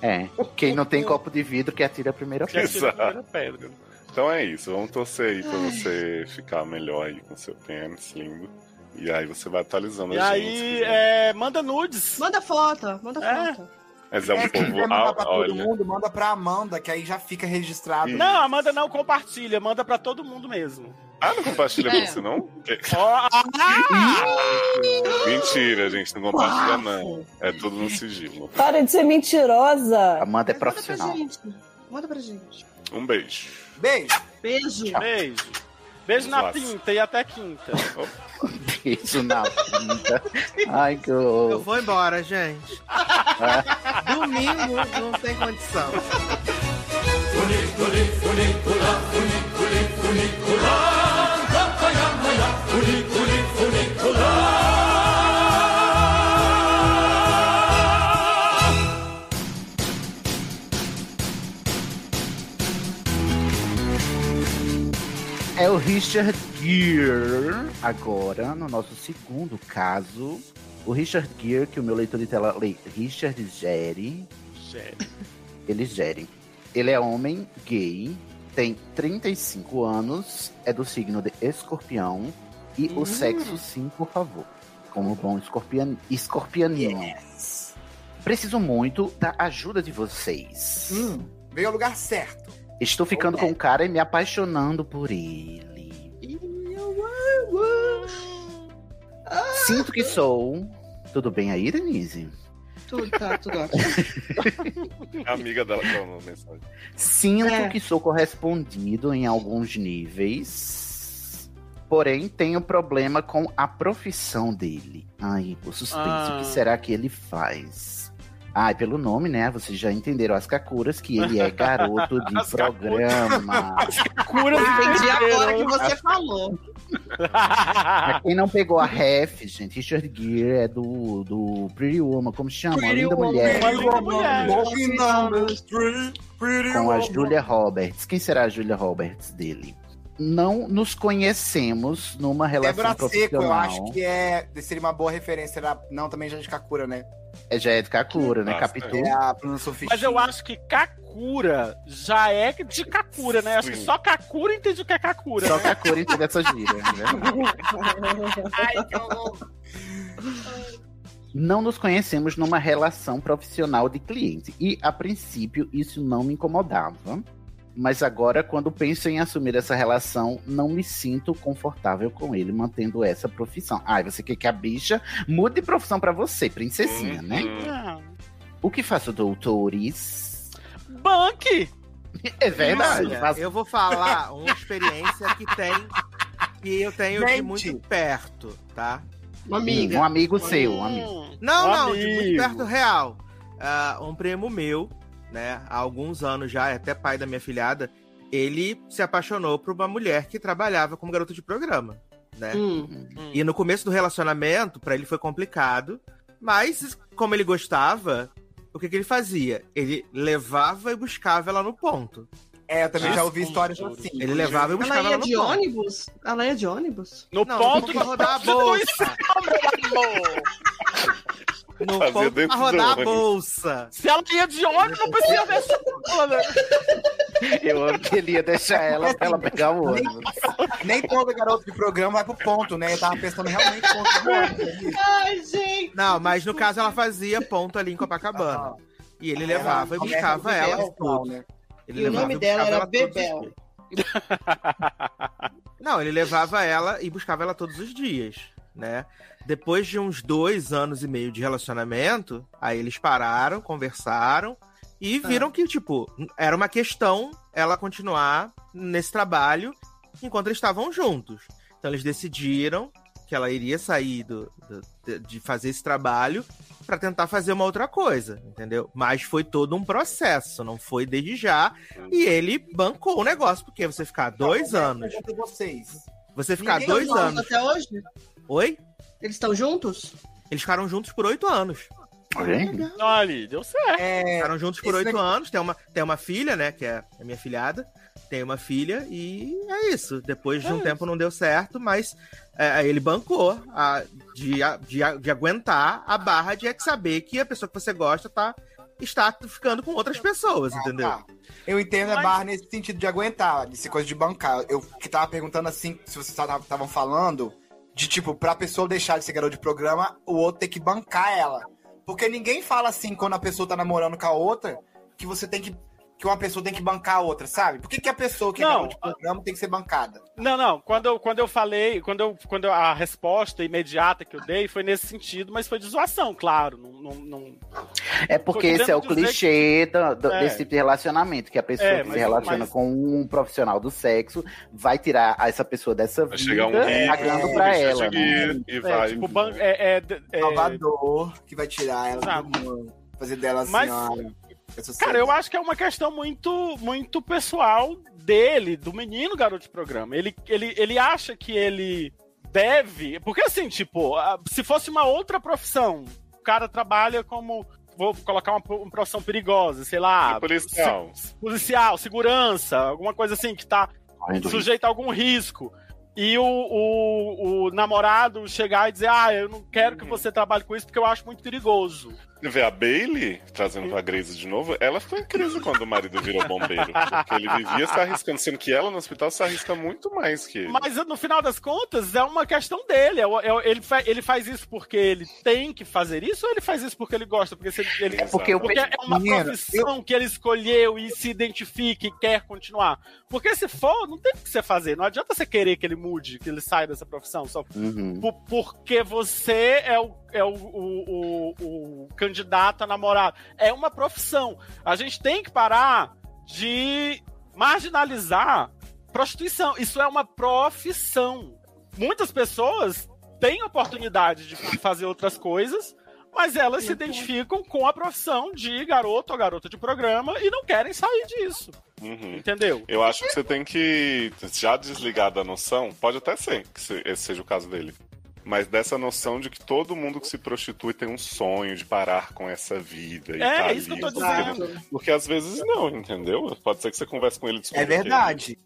É. Quem não tem copo de vidro que atira a primeira Que pedra. atira a primeira pedra. Então é isso, vamos torcer aí pra você ficar melhor aí com seu pênis lindo. E aí você vai atualizando E a gente. se aí, quiser. é, manda nudes. Manda foto, manda É. foto. Mas é um É, quem povo quiser mandar ah, pra alto, todo olha. mundo, manda pra Amanda, que aí já fica registrado. Isso. Não, Amanda não compartilha, manda pra todo mundo mesmo. Ah, não compartilha É. com isso, não? Que- Ó, ah, Mentira, gente, não compartilha, não. É tudo no sigilo. Para de ser mentirosa. Amanda é Mas profissional. Manda pra gente. Manda pra gente. Um beijo. Beijo. Beijo. Tá. beijo. Beijo na Nossa. pinta e até quinta. [LAUGHS] Isso na vida. Ai, que Eu horror. vou embora, gente. Domingo não tem condição. É o Richard Gere. Agora, no nosso segundo caso, o Richard Gere, que o meu leitor de tela lê Richard Gere, Gente, ele é gere. Ele é homem gay, tem 35 anos, é do signo de escorpião. E o sexo sim, por favor. Como bom escorpian... escorpianino. Preciso muito da ajuda de vocês. Hum, veio ao lugar certo. Estou ficando é. com um cara e me apaixonando por ele. Sinto que sou. Tudo bem aí, Denise? Tudo, tá, tudo ótimo. A amiga dela que mandou mensagem. Sinto É. que sou correspondido em alguns níveis. Porém, tenho problema com a profissão dele. Ai, o suspense. Ah. O que será que ele faz? Ai, pelo nome, né? Vocês já entenderam as cacuras que ele é garoto de [LAUGHS] As cacuras. programa. [LAUGHS] Cura Entendi agora que você falou. Ah. Pra quem não pegou a ref, gente, Richard Gere é do, do Pretty Woman, como chama? Uma Pretty linda Woman. É. mulher. Uma linda mulher. Walking down the street, pretty Com a woman. Julia Roberts. Quem será a Julia Roberts dele? Não nos conhecemos numa relação Débora Seco, profissional. eu acho que é, seria uma boa referência. Era, não, também já de Kakura, né? É já é de Kakura, né? Nossa, Capitu. É a Bruna Sofia. [LAUGHS] Mas eu acho que Kakura já é de Kakura, né? Acho que Sim. só Kakura entende o que é Kakura. Só Kakura e toda essa gíria, né? Ai, que horror. Não nos conhecemos numa relação profissional de cliente. E, a princípio, isso não me incomodava. Mas agora, quando penso em assumir essa relação, não me sinto confortável com ele mantendo essa profissão. Ai, você quer que a bicha mude de profissão pra você, princesinha, né? Hum, Ah, O que faço, doutores? Banque! É verdade. Olha, faço- eu vou falar uma experiência que tem E eu tenho de Gente. muito perto, tá? Uma amiga. Um amigo seu, um amigo. Não, Um não, de muito amigo. perto real. Ah, um primo meu, né, há alguns anos já, é até pai da minha filhada, ele se apaixonou por uma mulher que trabalhava como garoto de programa, né? Hum. E no começo do relacionamento, pra ele foi complicado, mas como ele gostava, o que, que ele fazia? Ele levava e buscava ela no ponto. É, eu também já Nossa, ouvi como histórias tudo. assim. Ele levava e buscava Ela ela, ia no de ponto. ônibus? Ela ia de ônibus? No Não, ponto pra de rodar a prostituição, No Fazia ponto pra dentro do rodar a ônibus. bolsa. Se ela ia de ônibus, não precisa ver essa né? Eu amo que ele ia deixar ela pra ela pegar o ônibus. Nem todo garoto de programa vai pro ponto, né? Eu tava pensando realmente [LAUGHS] ponto. Ai, gente. Não, mas no caso ela fazia ponto ali em Copacabana. E ele levava e buscava ela. tipo, Não, né? Ele E o levava nome e dela buscava era ela todos os Bebel. dias. [LAUGHS] Não, ele levava ela e buscava ela todos os dias, né? Depois de uns dois anos e meio de relacionamento, aí eles pararam, conversaram e Ah. viram que, tipo, era uma questão ela continuar nesse trabalho enquanto eles estavam juntos. Então eles decidiram que ela iria sair do, do- de- de fazer esse trabalho pra tentar fazer uma outra coisa, entendeu? Mas foi todo um processo, não foi desde já. E ele bancou o negócio, porque você ficar dois anos, Eu pergunto a [LAUGHS] vocês. você ficar é Ninguém dois Eles estão juntos anos, Até hoje? oi? Eles estão juntos? Eles ficaram juntos por oito anos. Gente, Olha, deu certo. É, Ficaram juntos por esse oito negócio- anos. Tem uma, tem uma filha, né? Que é a minha filhada. Tem uma filha e é isso. Depois de um tempo não deu certo, mas é, ele bancou a- de, a- de, a- de aguentar a barra de saber que a pessoa que você gosta tá, está ficando com outras pessoas, entendeu? tá. Eu entendo a Mas- barra nesse sentido de aguentar, desse coisa de bancar. Eu que tava perguntando assim, se vocês estavam falando, de tipo, pra pessoa deixar de ser garoto de programa, o outro tem que bancar ela. Porque ninguém fala assim quando a pessoa tá namorando com a outra, que você tem que. Que uma pessoa tem que bancar a outra, sabe? Por que, que a pessoa que é Não. garoto de programa tem que ser bancada? Não, não. Quando eu, quando eu falei, quando eu, quando eu- a resposta imediata que eu dei foi nesse sentido, mas foi de zoação, claro. Não, não, não- É porque Tô esse é o querendo dizer clichê da- da- É. desse tipo de relacionamento, que a pessoa É, que mas- se relaciona mas- com um profissional do sexo vai tirar essa pessoa dessa Vai vida, chegar um rico, pagando um tá pra bicho ela, né? chique e é, vai. tipo, ban- é, é, de- é- Salvador, que vai tirar ela do mundo. Fazer dela assim, Mas- ó. essa Cara, eu senhora. acho que é uma questão muito muito pessoal dele, do menino garoto de programa. Ele, ele, ele acha que ele deve. Porque assim, tipo, a- se fosse uma outra profissão, o cara trabalha como. Vou colocar uma, pro- uma profissão perigosa, sei lá. É policial. se- policial, segurança, alguma coisa assim que tá sujeito a algum risco. E o, o, o namorado chegar e dizer: Ah, eu não quero que você trabalhe com isso porque eu acho muito perigoso. Você vê a Bailey, trazendo pra Grace de novo, ela ficou em crise quando o marido virou bombeiro. Porque ele vivia se arriscando, sendo que ela no hospital se arrisca muito mais que ele. Mas no final das contas, é uma questão dele. É o- é o- ele, fa- ele faz isso porque ele tem que fazer isso ou ele faz isso porque ele gosta? Porque, se ele- ele- É porque eu porque é uma Menina, profissão que ele escolheu e se identifica e quer continuar. Porque se for, não tem o que você fazer. Não adianta você querer que ele mude, que ele saia dessa profissão. Só Uhum. po- porque você é o, é o, o- o- o candidato a namorado. É uma profissão. A gente tem que parar de marginalizar prostituição. Isso é uma profissão. Muitas pessoas têm oportunidade de fazer outras coisas, mas elas se identificam com a profissão de garoto ou garota de programa e não querem sair disso. Uhum. Entendeu? Eu acho que você tem que já desligar da noção, pode até ser que se- esse seja o caso dele. Mas dessa noção de que todo mundo que se prostitui tem um sonho de parar com essa vida. e É, tá isso que eu ali, tô dizendo. Porque, porque às vezes não, entendeu? Pode ser que você converse com ele e É descubra que ele- verdade.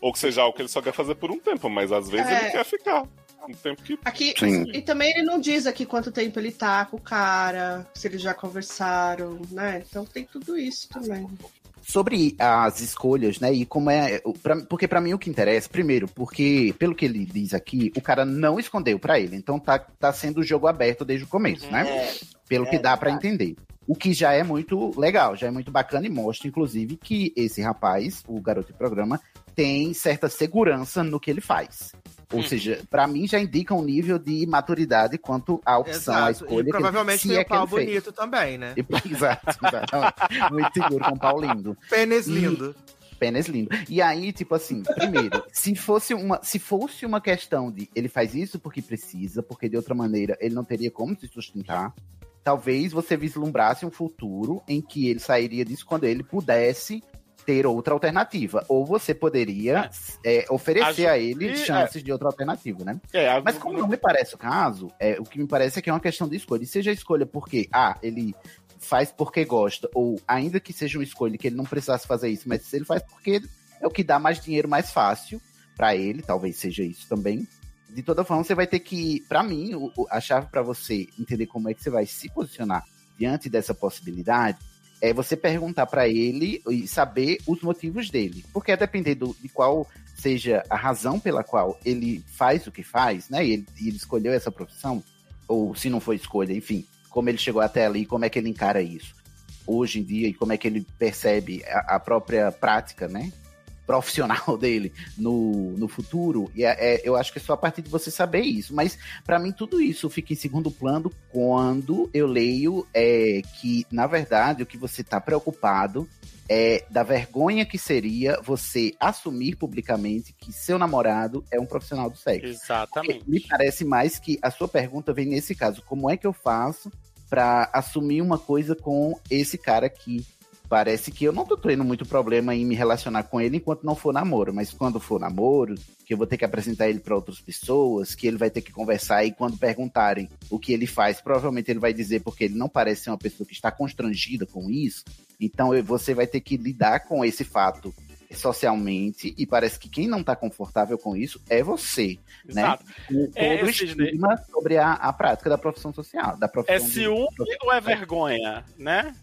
ou que seja algo que ele só quer fazer por um tempo, mas às vezes É. ele quer ficar. Um tempo que. Aqui, Sim. e também ele não diz aqui quanto tempo ele tá com o cara, se eles já conversaram, né? Então tem tudo isso também. Sobre as escolhas, né? E como é. o- pra- porque pra mim o que interessa, primeiro, porque pelo que ele diz aqui, o cara não escondeu pra ele. Então tá, tá sendo o jogo aberto desde o Uhum. começo, né? É, pelo É, que dá pra entender. O que já é muito legal, já é muito bacana e mostra, inclusive, que esse rapaz, o garoto de programa, tem certa segurança no que ele faz. Ou Uhum. seja, pra mim já indica um nível de maturidade quanto à opção, à escolha. que E ele- provavelmente se tem é o que ele pau fez. bonito também, né? [LAUGHS] E- Exato, exatamente. muito seguro com o um pau lindo. Pênis E- lindo. pênis lindo. E aí, tipo assim, primeiro, se fosse uma, se fosse uma questão de ele faz isso porque precisa, porque de outra maneira ele não teria como se sustentar. Talvez você vislumbrasse um futuro em que ele sairia disso quando ele pudesse ter outra alternativa. Ou você poderia é, oferecer Acho a ele que- chances de outra alternativa, né? É, a- Mas como não me parece o caso, é, o que me parece é que é uma questão de escolha. E seja a escolha porque, ah, ele faz porque gosta, ou ainda que seja uma escolha que ele não precisasse fazer isso, mas se ele faz porque é o que dá mais dinheiro mais fácil pra ele, talvez seja isso também. De toda forma, você vai ter que, pra mim, o- o- a chave pra você entender como é que você vai se posicionar diante dessa possibilidade é você perguntar pra ele e saber os motivos dele. Porque a depender do- de qual seja a razão pela qual ele faz o que faz, né? E ele, e ele escolheu essa profissão, ou se não foi escolha, enfim, como ele chegou até ali, como é que ele encara isso hoje em dia e como é que ele percebe a, a própria prática, né? Profissional [LAUGHS] dele no, no futuro, e é- é- eu acho que é só a partir de você saber isso. Mas pra mim, tudo isso fica em segundo plano quando eu leio é, que, na verdade, o que você tá preocupado é da vergonha que seria você assumir publicamente que seu namorado é um profissional do sexo. Exatamente. Me parece mais que a sua pergunta vem nesse caso. Como é que eu faço pra assumir uma coisa com esse cara aqui? Parece que eu não tô tendo muito problema em me relacionar com ele enquanto não for namoro, mas quando for namoro, que eu vou ter que apresentar ele pra outras pessoas, que ele vai ter que conversar e quando perguntarem o que ele faz, provavelmente ele vai dizer porque ele não parece ser uma pessoa que está constrangida com isso. Então eu- você vai ter que lidar com esse fato socialmente e parece que quem não tá confortável com isso é você, Exato. né? Com É, todo o Sidney. estigma sobre a, a prática da profissão social, da profissão É de- ciúme ou é vergonha, né?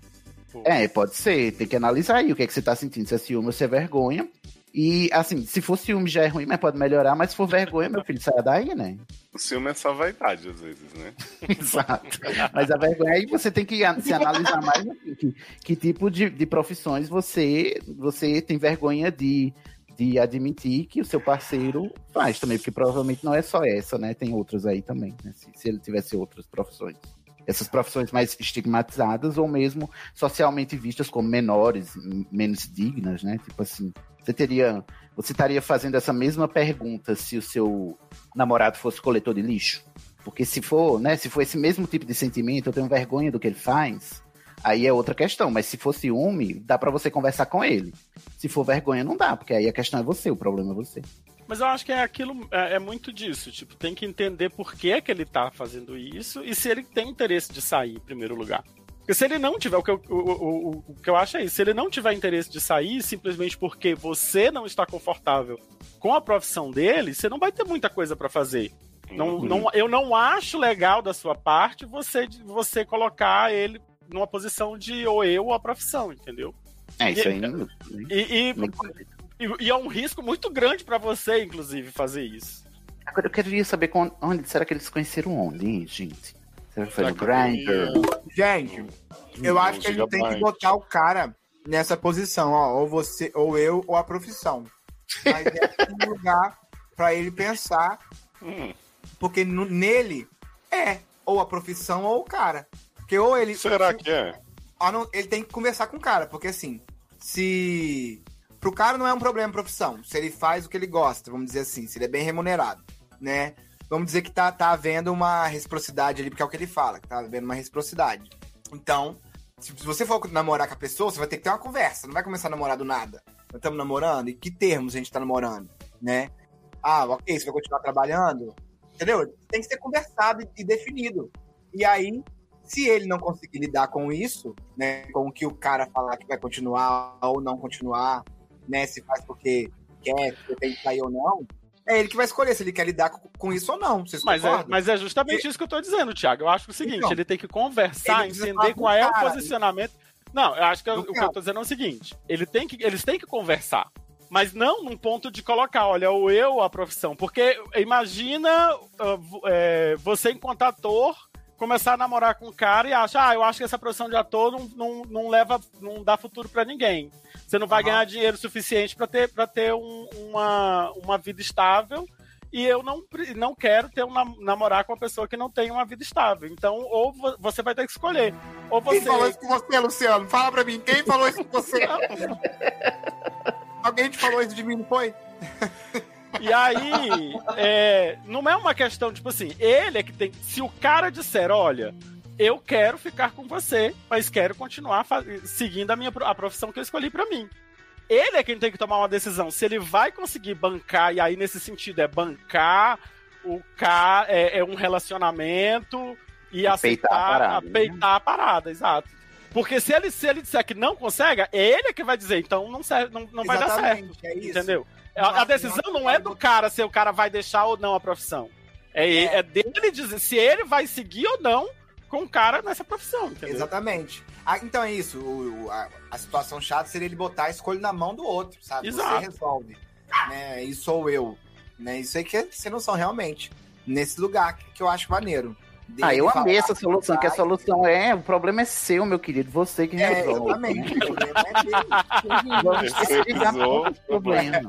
É, pode ser, tem que analisar aí o que é que você tá sentindo, se é ciúme ou se é vergonha. E assim, se for ciúme já é ruim, mas pode melhorar, mas se for vergonha, meu filho, sai daí, né? O ciúme é só vaidade, às vezes, né? [LAUGHS] Exato. Mas a vergonha é aí você tem que an- se analisar mais assim, que, que tipo de, de profissões você, você tem vergonha de, de admitir que o seu parceiro faz também, porque provavelmente não é só essa, né? Tem outras aí também, né? Se, se ele tivesse outras profissões. Essas profissões mais estigmatizadas ou mesmo socialmente vistas como menores, m- menos dignas, né? Tipo assim, você teria. Você estaria fazendo essa mesma pergunta se o seu namorado fosse coletor de lixo? Porque se for, né, se for esse mesmo tipo de sentimento, eu tenho vergonha do que ele faz, aí é outra questão. Mas se for ciúme, dá pra você conversar com ele. Se for vergonha, não dá, porque aí a questão é você, o problema é você. Mas eu acho que é aquilo, é, é muito disso. Tipo, tem que entender por que, que ele tá fazendo isso e se ele tem interesse de sair em primeiro lugar. Porque se ele não tiver, o que eu, o, o- o- o que eu acho é isso, se ele não tiver interesse de sair simplesmente porque você não está confortável com a profissão dele, você não vai ter muita coisa pra fazer. Não, Uhum. não, eu não acho legal da sua parte você, você colocar ele numa posição de ou eu ou a profissão, entendeu? É, isso aí. E, e- e- e é um risco muito grande pra você, inclusive, fazer isso. Agora eu queria saber com- onde será que eles se conheceram onde, hein, gente? Será que foi no Grindr? Gente, eu acho que a gente tem que botar o cara nessa posição, ó. Ou você, ou eu, ou a profissão. Mas é um [LAUGHS] lugar pra ele pensar. Hum, Porque no- nele é ou a profissão ou o cara. Porque ou ele. Será que é? Ah, não, ele tem que conversar com o cara, porque assim, se. Pro cara não é um problema a profissão. Se ele faz o que ele gosta, vamos dizer assim, se ele é bem remunerado, né? Vamos dizer que tá, tá havendo uma reciprocidade ali, porque é o que ele fala, que tá havendo uma reciprocidade. Então, se se você for namorar com a pessoa, você vai ter que ter uma conversa, não vai começar a namorar do nada. Nós estamos namorando? E que termos a gente tá namorando, né? Ah, ok, você vai continuar trabalhando? Entendeu? Tem que ser conversado e- e definido. E aí, se ele não conseguir lidar com isso, né, com o que o cara falar que vai continuar ou não continuar, né, se faz porque quer, se tem que sair ou não, é ele que vai escolher se ele quer lidar com, com isso ou não. Vocês Mas é, concordam? mas é justamente isso que eu tô dizendo, Thiago. Eu acho o seguinte, Então, ele tem que ele conversar, precisa entender falar com qual é o cara. posicionamento. Não, eu acho que eu- Do o que cara. eu tô dizendo é o seguinte: ele tem que, eles têm que conversar. Mas não num ponto de colocar, olha, o eu, a profissão. Porque imagina ah, vo- é, você, enquanto ator, começar a namorar com um cara e acha, ah, eu acho que essa profissão de ator não, não, não leva, não dá futuro pra ninguém. Você não vai Aham. ganhar dinheiro suficiente pra ter, pra ter um- uma, uma vida estável. E eu não, pre- não quero ter um nam- namorar com uma pessoa que não tem uma vida estável. Então, ou vo- você vai ter que escolher. Ou Quem você. [LAUGHS] falou isso com você, Luciano? Fala pra mim, quem falou isso com você? Alguém te falou isso de mim, não foi? E aí, é, não é uma questão, tipo assim, ele é que tem. Se o cara disser, olha, eu quero ficar com você, mas quero continuar fa- seguindo a minha pro- a profissão que eu escolhi pra mim. Ele é quem tem que tomar uma decisão. Se ele vai conseguir bancar, e aí nesse sentido é bancar o cara, é, é um relacionamento e Peitar a aceitar, ah, parada, né? peitar a parada, exato. Porque se ele, se ele disser que não consegue, é ele que vai dizer, então não, serve, não, não vai dar certo. Exatamente, é isso. Entendeu? Não A, a acho- decisão não não acho- é do cara se o cara vai deixar ou não a profissão. É, e- é dele dizer se ele vai seguir ou não com o cara nessa profissão, entendeu? Exatamente. Ah, então é isso. O- o- a, a situação chata seria ele botar a escolha na mão do outro, sabe? Exato. Você resolve. Né? Isso sou eu. Né? Isso aí que é sem noção, realmente. Nesse lugar que, que eu acho maneiro. Dele Ah, eu falar- amei essa solução, que a solução é, o problema é seu, meu querido, você que É, resolve. né? exatamente. O problema é dele. [LAUGHS] Vamos desligar todos os problemas.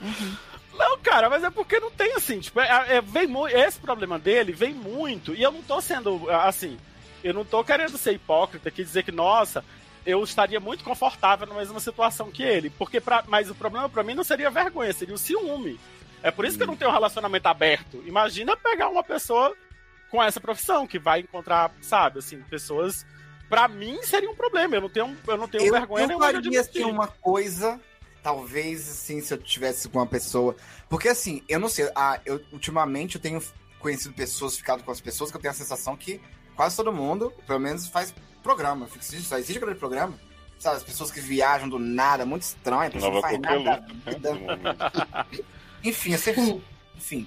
Uhum. Não, cara, mas é porque não tem assim, tipo, é- é- vem mu- esse problema dele vem muito, e eu não tô sendo ah, assim, eu não tô querendo ser hipócrita aqui e dizer que, nossa, eu estaria muito confortável na mesma situação que ele, porque pra, mas o problema pra mim não seria vergonha, seria o ciúme. É por isso que eu não tenho um relacionamento aberto. Imagina pegar uma pessoa com essa profissão que vai encontrar, sabe, assim, pessoas Pra mim seria um problema. Eu não tenho, eu não tenho eu, vergonha eu nenhuma de faria assim, admitir. uma coisa, talvez assim, se eu tivesse com uma pessoa. Porque assim, eu não sei, ah, eu, ultimamente eu tenho conhecido pessoas, ficado com as pessoas, que eu tenho a sensação que quase todo mundo, pelo menos, faz programa. Fica- existe- Só existe grande programa. Sabe, as pessoas que viajam do nada, muito estranho, a pessoa Nova não faz nada. da coqueluta, né? vida. no momento. Enfim, eu sempre. Enfim.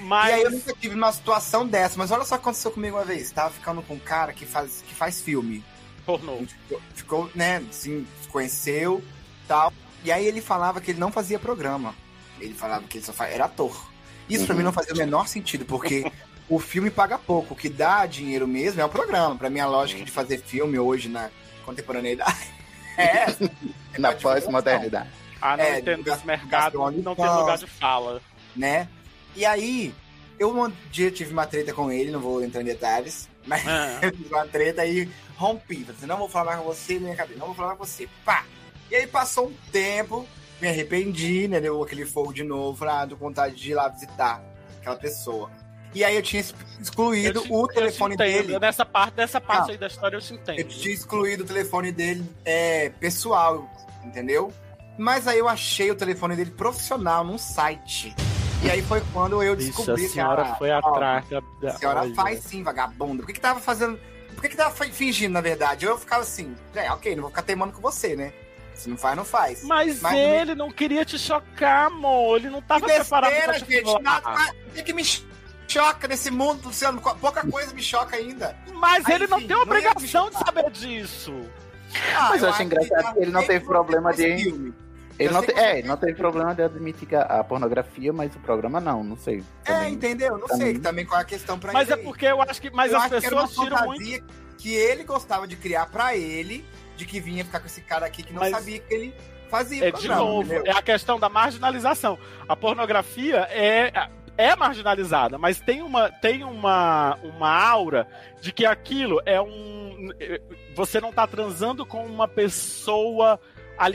Mas E aí eu nunca tive uma situação dessa, mas olha só o que aconteceu comigo uma vez. Tava ficando com um cara que faz, que faz filme. A pornô. gente ficou- ficou, né, assim, se conheceu tal. E aí ele falava que ele não fazia programa. Ele falava que ele só fa- era ator. Isso pra mim não fazia o menor sentido, porque [LAUGHS] o filme paga pouco. O que dá dinheiro mesmo é o programa. Pra mim, a lógica de fazer filme hoje na contemporaneidade é essa. É Na pra divulgação, pós-modernidade. Ah, não É, entendo lugar- esse mercado, lugar de não tem fala. lugar de fala. Né? E aí, eu um dia tive uma treta com ele, não vou entrar em detalhes, mas Ah, Eu fiz uma treta e rompi. Falei assim, não vou falar mais com você, minha cabeça, não vou falar mais com você. Pá! E aí passou um tempo, me arrependi, né? Deu aquele fogo de novo. Falei, ah, tô com vontade de ir lá visitar aquela pessoa. E aí eu tinha es- excluído eu te- o eu te telefone entendo. né, dele. Ah, Nessa parte, nessa parte aí da história eu te Eu entendo. tinha excluído o telefone dele é, pessoal, entendeu? Mas aí eu achei o telefone dele profissional num site. E aí foi quando eu descobri que era- a senhora faz sim, vagabunda. Por que, que tava fazendo. Por que, que tava fi- fingindo, na verdade? Eu ficava assim, é, ok, não vou ficar teimando com você, né? Se não faz, não faz. Mas, Mas ele não queria te chocar, amor. Ele não tava preparado pra te gente. chocar. Nada, nada- o que, que me ch- choca nesse mundo, Luciano? Co- Pouca coisa me choca ainda. Mas Aí, ele não enfim, tem não ia obrigação me de saber disso. Ah, Mas eu acho que engraçado já que ele não sei teve que problema você faz de- filme. Ele Eu não, sei te- que é, você- ele não teve problema de admitir que a, a pornografia, mas o programa não, não sei. É, Também. entendeu? Não Também. sei também qual é a questão pra Mas ele é aí. porque eu acho que. Mas eu as acho que era uma pessoas tiram muito. fantasia que ele gostava de criar pra ele, de que vinha ficar com esse cara aqui que não Mas- sabia que ele fazia. É de programa, novo, entendeu? é a questão da marginalização. A pornografia é, é marginalizada, mas tem, uma, tem uma, uma aura de que aquilo é um. Você não tá transando com uma pessoa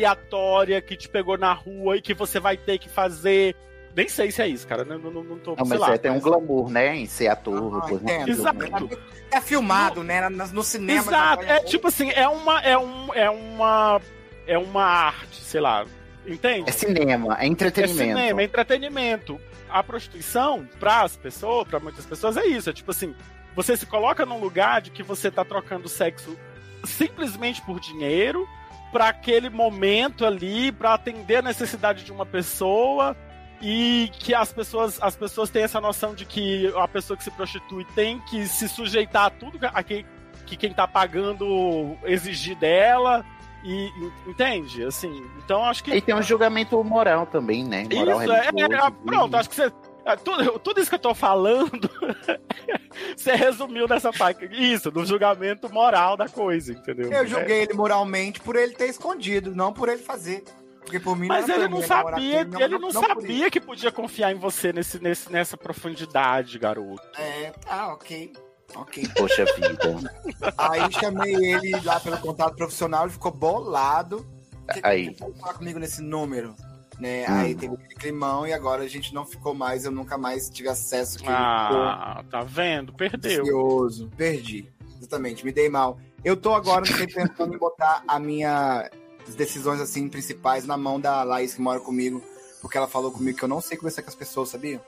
aleatória que te pegou na rua e que você vai ter que fazer. Nem sei se é isso, cara. Não, não, não tô. Não, sei mas lá, é, tem um mas- glamour, né? Em ser ator, Ah, coisa entendo. assim. Exato. É filmado, né? No, no cinema. Exato, já é foi- tipo assim, é uma, é, um, é uma. É uma arte, sei lá. Entende? É cinema, é entretenimento. É cinema, é entretenimento. A prostituição, para as pessoas, para muitas pessoas, é isso. É tipo assim, você se coloca num lugar de que você tá trocando sexo simplesmente por dinheiro, para aquele momento ali, para atender a necessidade de uma pessoa. E que as pessoas, as pessoas têm essa noção de que a pessoa que se prostitui tem que se sujeitar a tudo que- a que, que quem tá pagando exigir dela. E, entende? Assim, então acho que. E tem um julgamento moral também, né? Moral Isso, é, religioso, é, pronto, acho que você. é, Tudo, tudo isso que eu tô falando, [LAUGHS] você resumiu nessa parte. Isso, do julgamento moral da coisa, entendeu? Eu julguei ele moralmente por ele ter escondido, não por ele fazer. Porque por mim É, Mas era ele né, pra não mim namorar com sabia, ele não, por isso. sabia que podia confiar em você nesse, nesse, nessa profundidade, garoto. É, tá, ok. Ok. Poxa [LAUGHS] vida. Aí chamei ele lá pelo contato profissional, ele ficou bolado. Por que que Aí. ele foi falar comigo nesse número? né? Aí teve aquele climão e agora a gente não ficou mais, eu nunca mais tive acesso àquele Ah, tá vendo? Perdeu. Ansioso. Perdi. Exatamente, me dei mal. Eu [LAUGHS] tô agora sempre tentando botar a minha as decisões assim principais na mão da Laís que mora comigo, porque ela falou comigo que eu não sei conversar com as pessoas, sabia?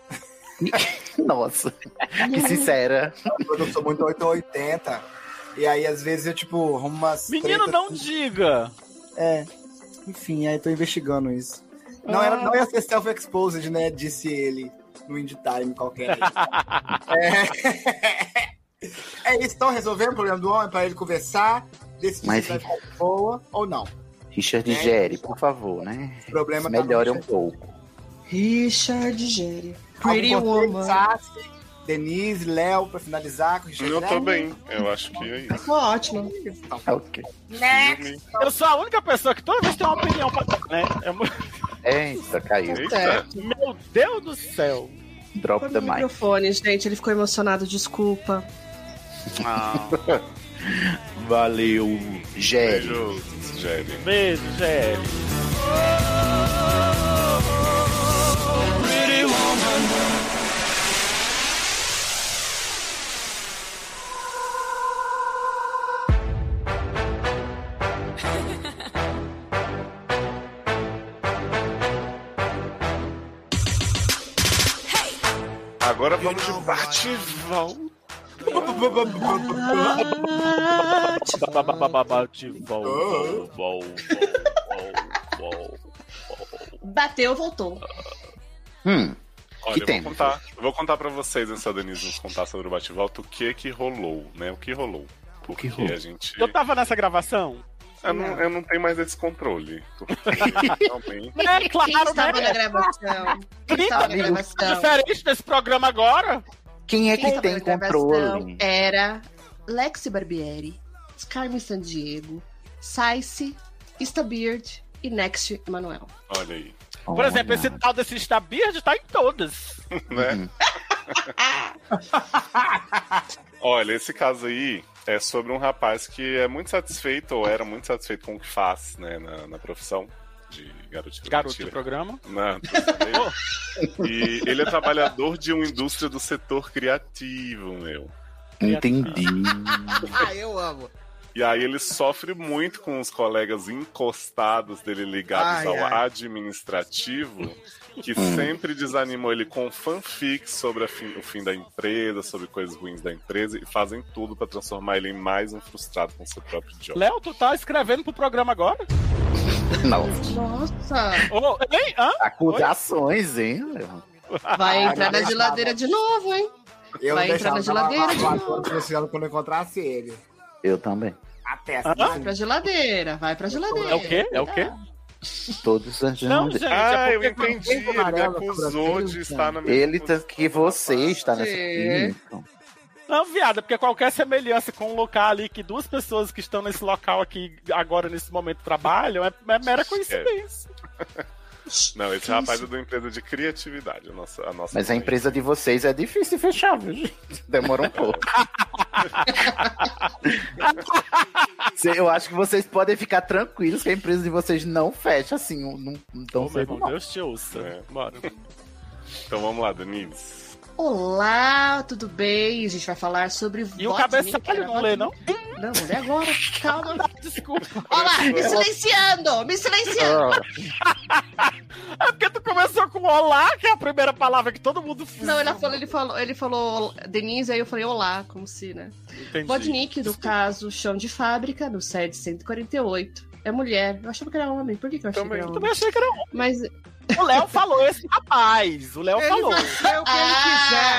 Nossa, que sincera. Eu sou muito 880. E aí às vezes eu tipo arrumo umas Menino, tretas, não diga! É. Enfim, aí tô investigando isso. Não, Ah. era, não ia ser self-exposed, né? Disse ele no Indie Time qualquer. [LAUGHS] é. [LAUGHS] é isso, então resolvemos o problema do homem pra ele conversar, decidir Mas- se vai ficar de boa ou não. Richard, digere, por favor, né? É. O problema tá no Melhore um Richard. pouco. Richard Gere. Pretty Algum conselho, Woman. Sassi, Denise, Léo, pra finalizar com o Richard Eu tô Léo? bem, eu acho que é isso. Ficou ótimo. Ok. Né? Filme. Eu sou a única pessoa que toda vez tem uma opinião pra dar, né? É mu- Eita, caiu. é. Eita, Meu Deus do céu! Drop Foi the meu mic. microfone, gente. Ele ficou emocionado, desculpa. Valeu. Gere. beijo, Jerry. Beijo, Gé. Agora vamos de bate e volta. Bate, vol, vol, vol, vol, vol. Bateu, voltou. Hum, Olha, Que eu tem? vou contar, eu vou contar pra vocês, antes da Denise nos contar sobre o bate-volta, o que que rolou, né? O que rolou. Porque rolou? a gente... Eu tava nessa gravação? Eu não, eu não tenho mais esse controle. Porque realmente... É Quem claro, estava na né? gravação? Quem 30 estava na minutos gravação? diferente desse programa agora? quem é Quem que tava tem na gravação controle? Era Lexi Barbieri, Carmen Sandiego, Saice, Istabeard e Next Emanuel. Olha aí, Por exemplo, esse tal desse Stabird tá em todas. né? Olha, esse caso aí é sobre um rapaz que é muito satisfeito, ou era muito satisfeito com o que faz, né? Na, na profissão de garotinho. Garoto do programa. Não, e ele é trabalhador de uma indústria do setor criativo, meu. Entendi. Ah, eu amo. E aí ele sofre muito com os colegas encostados dele ligados Ai, ao ai. administrativo, que Hum. sempre desanimam ele com fanfics sobre a fim- o fim da empresa, sobre coisas ruins da empresa, e fazem tudo pra transformar ele em mais um frustrado com seu próprio job. Léo, tu tá escrevendo pro programa agora? Não. Nossa! [LAUGHS] Ô, hein? Hã? Acusações, hein? Léo? Vai Ah, entrar na não geladeira de novo, hein? Eu Vai não entrar na deixava geladeira de lavar novo. quando eu- quando eu encontrasse ele. assim, Eu também. A testa. Hã? Vai pra geladeira, vai pra geladeira. É o quê? É o quê? Todos antes Não, de- gente, Ah, é eu porque quando- entendi. Ele me amarela, acusou sobrancelha, de estar na mesma Ele tá posição que você está nessa Sim. posição. Não, viada, porque qualquer semelhança com um local ali que duas pessoas que estão nesse local aqui agora, nesse momento, trabalham, é, é mera coincidência. Não, esse rapaz é de uma empresa de criatividade, a nossa. A nossa Mas a empresa de vocês é difícil de fechar, viu, gente? Demora um pouco. Cê- Eu acho que vocês podem ficar tranquilos que a empresa de vocês não fecha assim, um- não, não tão Ô, meu cedo, irmão, não. Deus te ouça. É. Bora. Então vamos lá, Denise. Olá, tudo bem? A gente vai falar sobre E o voto, cabeça nem quero não lê, não? Não, vou ler agora. Calma. Desculpa. Olha lá, [LAUGHS] me silenciando, me silenciando. Ah, É porque tu começou com olá, que é a primeira palavra que todo mundo fez. Não, ele falou, ele falou, ele falou Denise, aí eu falei olá, como se, né? Entendi. Vodnik, do caso Chão de Fábrica, no SED 148. É mulher. Eu achava que era homem. Por que, que eu achei Também. que era Eu também homem? achei que era homem. Mas O Léo falou esse rapaz. O Léo Ele falou. vai ser o que Ah!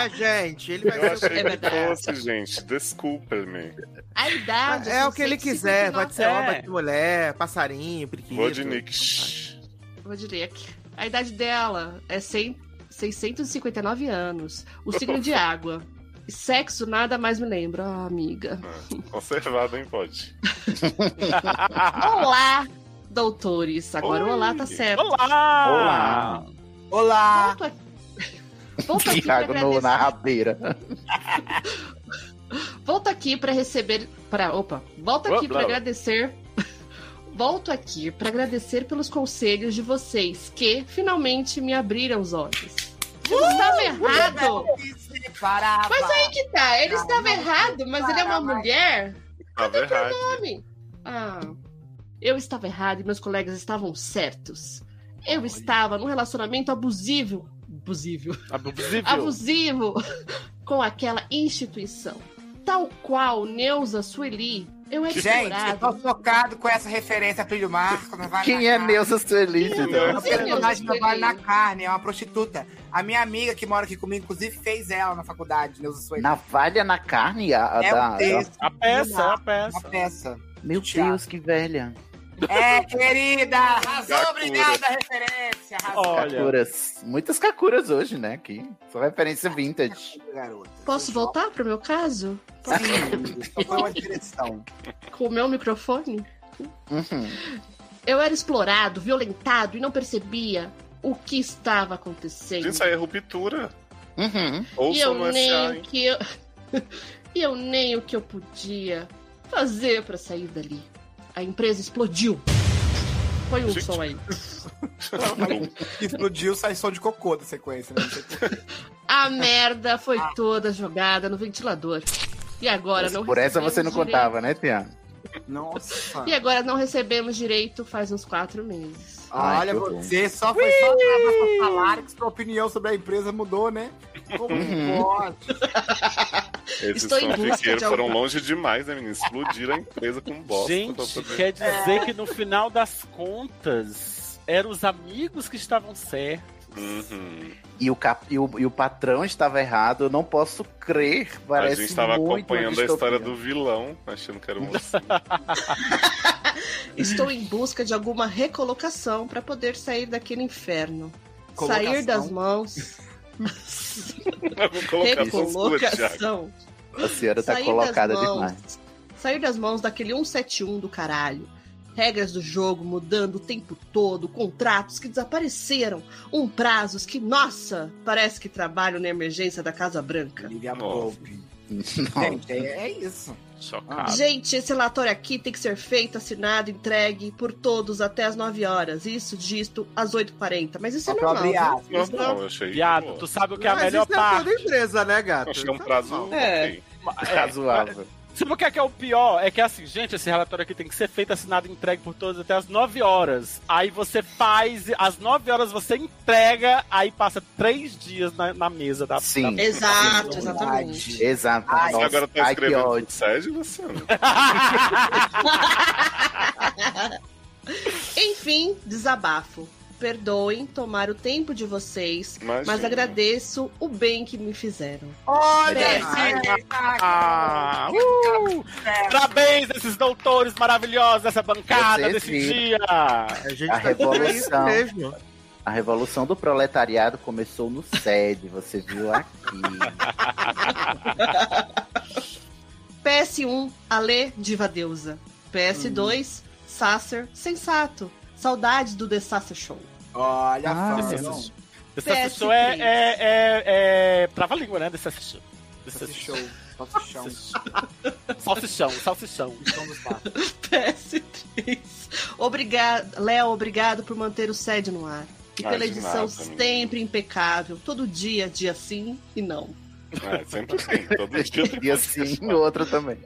ele quiser, gente. Ele Eu vai ser o que achei É que verdade. fosse, gente. Desculpa-me. a idade. É assim, o que ele 159. quiser, pode ser É. homem, pode ser mulher, passarinho, periquito. Vou de Nick. é Shhh. Vodnik. A idade dela é 100, 659 anos. O signo de água. E Sexo, nada mais me lembro. Ah, amiga. Conservado, hein, pode. Ah. Olá, doutores. Agora o olá tá certo. Olá! Ah. Olá! [LAUGHS] Olá. Volto aqui. Volto aqui pra Tiago no- na agradecer- rabeira. Volto aqui para receber. Pra, opa, volto Opa, aqui para lá. agradecer. [LAUGHS] Volto aqui para agradecer pelos conselhos de vocês que finalmente me abriram os olhos. Ele estava errado. Mas aí que tá, ele estava errado, mas ele é uma mulher. é Tava errado. Homem. Ah, eu estava errado e meus colegas estavam certos. Eu estava num relacionamento abusivo, abusivo, Abusível. abusivo [LAUGHS] com aquela instituição. Tal qual Neuza Sueli, eu é era Gente, eu ignorada. tô focado com essa referência a Filho Marco. Não vai Quem é Neuza Sueli? A entendeu? Quem é Neuza personagem não Sueli? vale na carne, é uma prostituta. A minha amiga que mora aqui comigo, inclusive, fez ela na faculdade, Neuza Sueli. Navalha na carne? A, a É da, um texto, A peça, a uma peça. peça. Meu Deus, que velha. É, querida! Arrasou, Kakura. obrigada, referência! Arrasou, Olha, Kakuras. Muitas Kakuras hoje, né? Aqui. Só referência vintage. garota. Posso voltar pro meu caso? Sim, só foi uma direção. [LAUGHS] Com o meu microfone? Uhum. Eu era explorado, violentado e não percebia o que estava acontecendo. Isso aí é ruptura. Uhum. E Ouçam no eu nem SA, hein? o que eu... [LAUGHS] e eu nem o que eu podia fazer pra sair dali. A empresa explodiu. Foi um Gente. som aí. Explodiu, sai som de cocô da sequência. Né? A merda foi toda jogada no ventilador. E agora não Por essa você não recebemos contava, né, Tiana? Nossa! direito- E agora não recebemos direito faz uns quatro meses. Ai, Olha, que você só foi só gravar seu salário que sua opinião sobre a empresa mudou, né? Como Uhum. pode? [LAUGHS] Esses Estou em busca de fanfiqueiros foram alguma- longe demais, né, menina? Explodiram a empresa com bosta. pra Gente, poder- quer dizer que no final das contas, eram os amigos que estavam certos. Uhum. E o, cap... e, o... e o patrão estava errado, eu não posso crer. A Parece gente tava muito uma acompanhando a história distopia. do vilão, achando que era um mocinho. Estou em busca de alguma recolocação pra poder sair daquele inferno. Colocação. Sair das mãos. Eu Vou colocar nos curtos, Thiago. Recolocação. A senhora tá Sair colocada das mãos, demais. Sair das mãos daquele 171 do caralho. Regras do jogo mudando o tempo todo, contratos que desapareceram, um prazos que, nossa, parece que trabalham na emergência da Casa Branca. Liga Nossa. Gente, é, é isso. Chocado. Gente, esse relatório aqui tem que ser feito, assinado, entregue por todos até as 9 horas. Isso, disto, às 8h40. Mas isso é Só pra normal. abrir né? aspas. Normal, eu achei. Viado, boa. tu sabe o que é a Mas melhor isso é parte? toda empresa, né, gato? Achei um prazo. É. ok. Razoável. Sabe o que é, que é o pior? É que assim, gente, esse relatório aqui tem que ser feito, assinado e entregue por todos até as 9 horas. Aí você faz, às 9 horas você entrega, aí passa 3 dias na, na mesa da. [LAUGHS] Sim. Exato, exatamente. Exato. Ai, Nossa, agora tá ai, que escrevendo ódio. sucede, Luciano? Enfim, desabafo. Perdoem tomar o tempo de vocês, Imagina. mas agradeço o bem que me fizeram. É, Olha, Ai, gente, Ah, uh! Parabéns a esses doutores maravilhosos dessa bancada, Vocês desse viram. dia! A gente A tá revolução. isso revolução. mesmo. A revolução do proletariado começou no sede, você [LAUGHS] viu aqui. PS1, Alê, Diva Deusa. PS2, Sasser, Sensato. Saudades do The Sasser Show. [LAUGHS] olha Ah, a esse- fã. Esse PS3. assessor é, é, é, é trava-língua, né? Desse assessor. Desse Esse show. assessor. Nossa, chão. Salsichão, salsichão. Chão dos barcos. PS3. Obrigado, Léo, obrigado por manter o sede no ar. E Ah, pela de edição nada, sempre impecável. Todo dia, dia sim e não. É, sempre tem. Todo [LAUGHS] dia tem e assim, o outro também.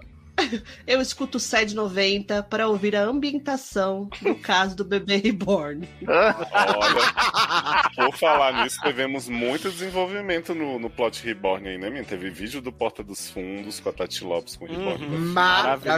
Eu escuto o SED 90 para ouvir a ambientação do caso do bebê reborn. Olha, por falar nisso, tivemos muito desenvolvimento no, no plot Reborn aí, né, menina? Teve vídeo do Porta dos Fundos com a Tati Lopes com o Reborn. Uhum. Maravilhoso.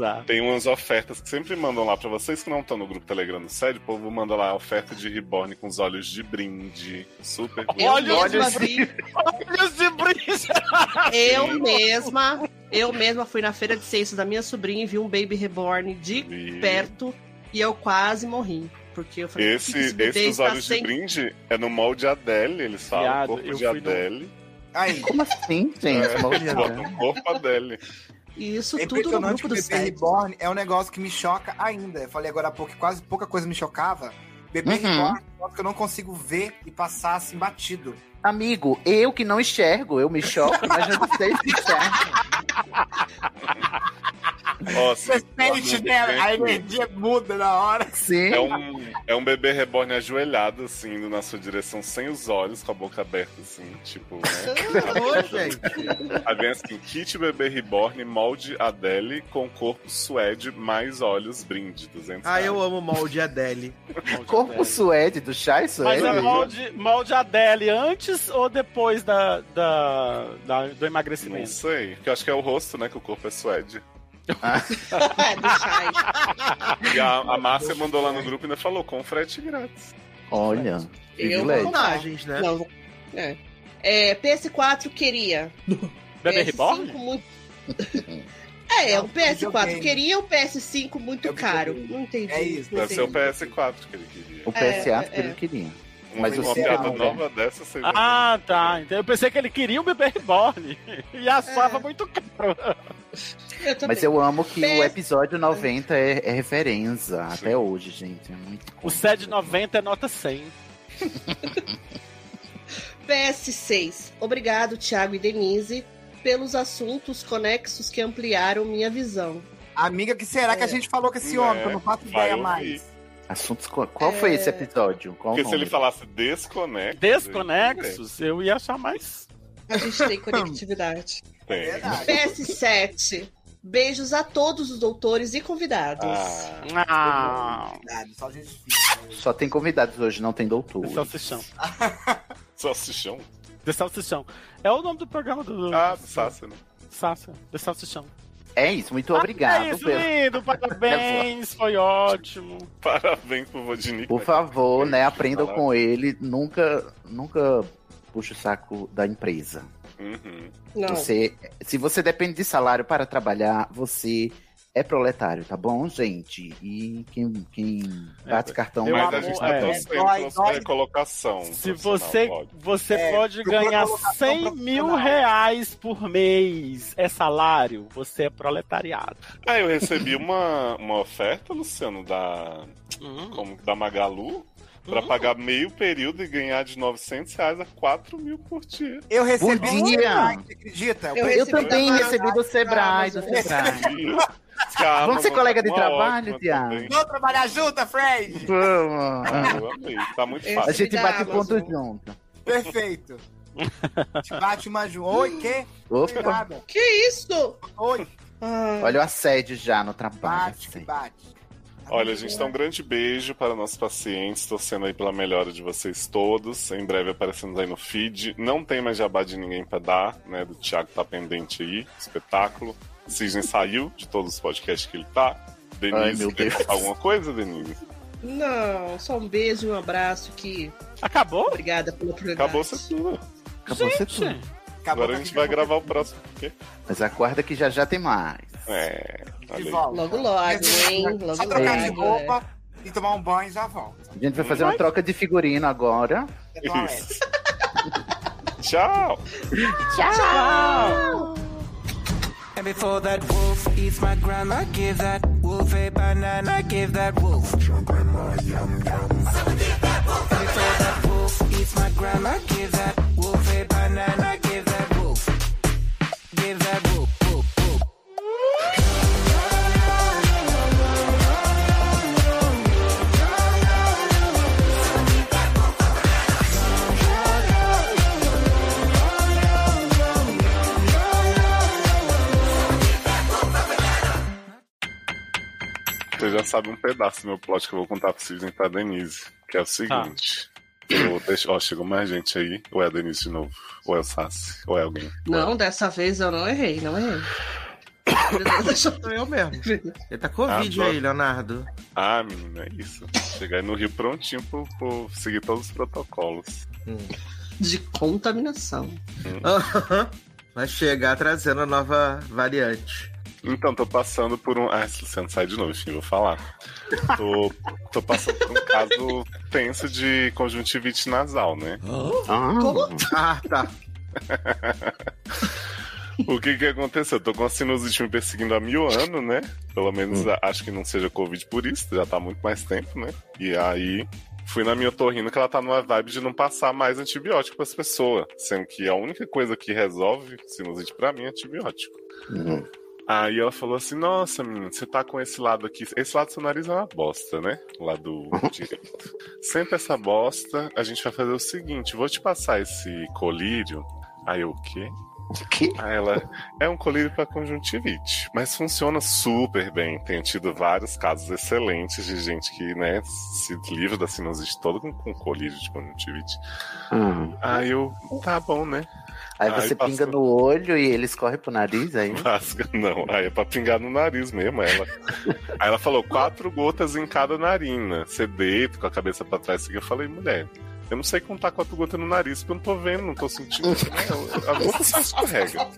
Maravilhosa. Tem umas ofertas que sempre mandam lá pra vocês que não estão no grupo Telegram do Sede, o povo manda lá oferta de Reborn com os olhos de brinde. Super bonito. Eu Olha mesma isso. vi, Olhos de brisa. assim, eu mesma, eu mesma fui na feira de ciências da minha sobrinha e vi um baby reborn de E perto e eu quase morri. Porque eu falei, Esse, "Que que bebê esse dos está olhos sem de brinde é no molde Adele, eles falam. Viado, corpo eu de fui no- Adele. Aí, Como assim, gente? É, Mal de botam olhar. corpo Adele. E isso tudo no É impressionante grupo que o do bebê SED. reborn é um negócio que me choca ainda. Eu falei agora há pouco, que quase pouca coisa me chocava. Bebê Uhum. reborn é um negócio que eu não consigo ver e passar assim batido. Amigo, eu que não enxergo, eu me choco, mas vocês que enxergam. Ó, assim, Você se- sente, né? A energia muda na hora. Sim. É um, é um bebê reborn ajoelhado, assim, indo na sua direção, sem os olhos, com a boca aberta, assim, tipo, né? [LAUGHS] Ô, gente. Aí vem assim, kit bebê reborn, molde Adele, com corpo suede, mais olhos, brinde, 200 Ah, eu reais. amo o molde Adele. Corpo suede do Chai Mas Suede. é molde, molde Adele antes ou depois da, da, da- do Não emagrecimento? sei, porque eu acho que é o rosto, né, que o corpo é suede. [LAUGHS] É, deixa aí. E a, a Márcia mandou lá no grupo e ainda falou, com frete grátis. Olha. Eu privilégio. vou dar. Personagens, né? Não, é. É, PS4 queria. Bebê PS5 é reborn? [LAUGHS] muito- É, Não, o PS4 videogame. queria um o PS5 muito É o caro. videogame. Não entendi. É isso, não Deve ser o entendi. PS4 que ele queria. O PSA é, que ele é. queria. Uma, Mas o uma Ciro piada não, né? nova dessa, vocês Ah, tá. Então eu pensei que ele queria o bebê reborn. E É. achava muito caro. Eu também. Mas eu amo que Pe- o episódio 90 é, é referência até hoje, gente. É muito O 790 é nota 100. PS6. Obrigado, Thiago e Denise, pelos assuntos conexos que ampliaram minha visão. Amiga, que será que a gente falou com esse É, homem? Que eu não faço vai ideia ouvir. mais. Assuntos. co- Qual foi esse episódio? Qual Porque o se ele número? falasse desconexo... Desconexos, né, eu ia achar mais. A [LAUGHS] gente tem conectividade. Tem. É Verdade. PS7. Beijos a todos os doutores e convidados. Ah, Ah, Verdade, Só gente fina. Só tem convidados hoje, não tem doutor. de salsichão. salsichão? De salsichão. É o nome do programa do. Ah, do Sassi, né? Sassa. De salsichão. É isso, muito obrigado. É isso, pelo- lindo. Parabéns. Foi ótimo. Parabéns pro Vodinic. Por favor, né? Aprendam Falar. com ele. Nunca, nunca puxa o saco da empresa. Uhum. Não. Você, se você depende de salário para trabalhar, você é proletário, tá bom, gente? E quem, quem bate cartão Meu Mas a amor, gente tá é. torcendo Dói, pela dói. sua recolocação. Se profissional, você, pode. você É, pode procura ganhar colocação 100 mil profissional. reais por mês, é salário, você é proletariado. Ah, eu recebi uma, uma oferta, Luciano, da, como, da Magalu. Pra Hum. pagar meio período e ganhar de 900 reais a 4 mil por [LAUGHS] dia. Eu recebi Bom um dia. Sebrae, você acredita? Eu recebi da Amazon. do Da Amazon. Sebrae. Que a Vamos ser Amazon colega de tá uma trabalho, ótima Thiago? também. Vamos trabalhar junto, Fred? Vamos. Eu amei. Tá muito Esse- A é fácil. gente Me dá bate Amazon. ponto junto. Perfeito. Te bate uma ju... Oi, que? Foi Opa, nada. Que isso? Oi, Ah, olha o assédio já no trabalho. bate, que assim. bate. Olha, gente, dá um grande beijo para nossos pacientes, torcendo aí pela melhora de vocês todos. Em breve aparecemos aí no feed. Não tem mais jabá de ninguém para dar, né? Do Thiago tá pendente aí, espetáculo. Cisne saiu de todos os podcasts que ele tá. Denise, Ai, meu quer Deus. falar alguma coisa, Denise? não, só um beijo e um abraço que Acabou? obrigada pela oportunidade. Acabou essa tudo. Acabou você tudo. Gente, Acabou Agora a com gente aquele vai gravar o próximo. Porque... Mas aguarda que já já tem mais. É, De olha aí. volta. Logo logo, hein? Logo é. Só trocar de logo, roupa e tomar um banho e já volta. A gente vai fazer uma troca de figurino agora. É toalete. Isso. Tchau! And before that wolf eats my ground, I give that wolf a banana. I give that wolf your grandma yum yum. And before that wolf eats my ground, I give that wolf a banana. I give that wolf, give that wolf, wolf, wolf. Você já sabe um pedaço do meu plot que eu vou contar pro Sidney e pra Denise. Que é o seguinte. Eu deixo... Ó, chegou mais gente aí. Ou é a Denise de novo. Ou é o Sassi. Ou é alguém. Não, dessa vez eu não errei, não errei. Deixa eu- Sou eu mesmo. Ele tá com Covid Ah, bom. aí, Leonardo. Ah, menina, é isso. Chegar aí no Rio prontinho pro, pro seguir todos os protocolos. De contaminação. Vai chegar trazendo a nova variante. Então, tô passando por um. Ah, se você não sai de novo, enfim, vou falar. Tô, tô passando por um caso tenso de conjuntivite nasal, né? Como? Ah, tá. O que que aconteceu? Eu tô com a sinusite me perseguindo há mil anos, né? Pelo menos a- acho que não seja Covid por isso, já tá há muito mais tempo, né? E aí fui na minha otorrino que ela tá numa vibe de não passar mais antibiótico pras pessoas, sendo que a única coisa que resolve sinusite pra mim é antibiótico. Aí ela falou assim: Nossa, menina, você tá com esse lado aqui. Esse lado do seu nariz é uma bosta, né? O lado direito. Sempre essa bosta, a gente vai fazer o seguinte: vou te passar esse colírio. Aí eu, o quê? Que? Aí ela é um colírio para conjuntivite, mas funciona super bem. Tenho tido vários casos excelentes de gente que, né, se livra da sinusite toda com, com colírio de conjuntivite. Hum. Aí eu, tá bom, né? Aí você passa- pinga no olho e ele escorre pro nariz aí. Vasca, [LAUGHS] não. Aí é pra pingar no nariz mesmo. Ela. Aí ela falou quatro gotas em cada narina. Você deita com a cabeça pra trás. assim, Eu falei, mulher, eu não sei contar quatro gotas no nariz, porque eu não tô vendo, não tô sentindo. né? A gota só escorrega.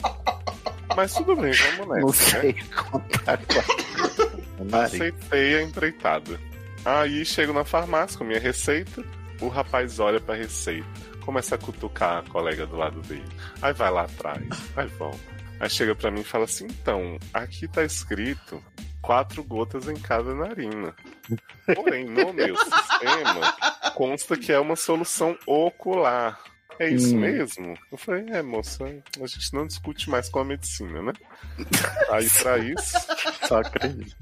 Mas tudo bem, vamos Não nessa, né? sei contar com a- nariz. Aceitei a empreitada. Aí chego na farmácia com minha receita. O rapaz olha pra receita, começa a cutucar a colega do lado dele. Aí vai lá atrás, aí volta. Aí chega pra mim e fala assim: então, aqui tá escrito quatro gotas em cada narina. Porém, no meu sistema, consta que é uma solução ocular. É isso Hum. mesmo? Eu falei, é, moça, a gente não discute mais com a medicina, né? Aí, pra isso, Só acredito.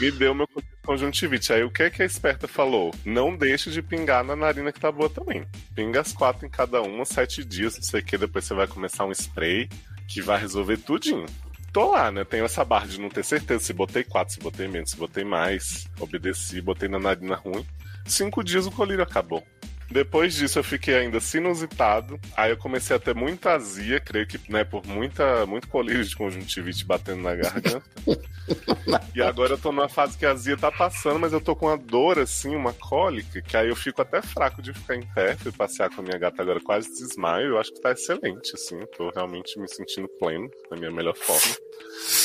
me deu meu conjuntivite. Aí o que que a esperta falou? Não deixe de pingar na narina que tá boa também. Pinga as quatro em cada uma, sete dias, não sei o que. Depois você vai começar um spray que vai resolver tudinho. Tô lá, né? Tenho essa barra de não ter certeza se botei quatro, se botei menos, se botei mais. Obedeci, botei na narina ruim. Cinco dias o colírio acabou. Depois disso eu fiquei ainda sinusitado, aí eu comecei a ter muita azia, creio que, né, por muita, muito colírio de conjuntivite batendo na garganta. E agora eu tô numa fase que a azia tá passando, mas eu tô com uma dor, assim, uma cólica, que aí eu fico até fraco de ficar em pé. Fui passear com a minha gata agora, quase desmaio. Eu acho que tá excelente, assim. Tô realmente me sentindo pleno, na minha melhor forma,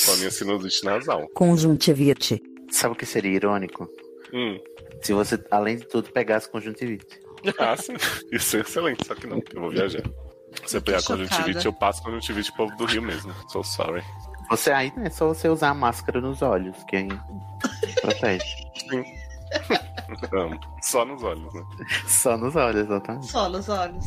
com a minha sinusite nasal. Conjuntivite. Sabe o que seria irônico? Hum. Se você, além de tudo, pegasse conjuntivite. Ah, sim. Isso é excelente, só que não, eu vou viajar. Se eu pegar chocada. conjuntivite, eu passo conjuntivite pro povo do Rio mesmo. So sorry. Você aí é só você usar a máscara nos olhos, que aí protege. Amo. Só nos olhos, né? Só nos olhos, exatamente. Só nos olhos.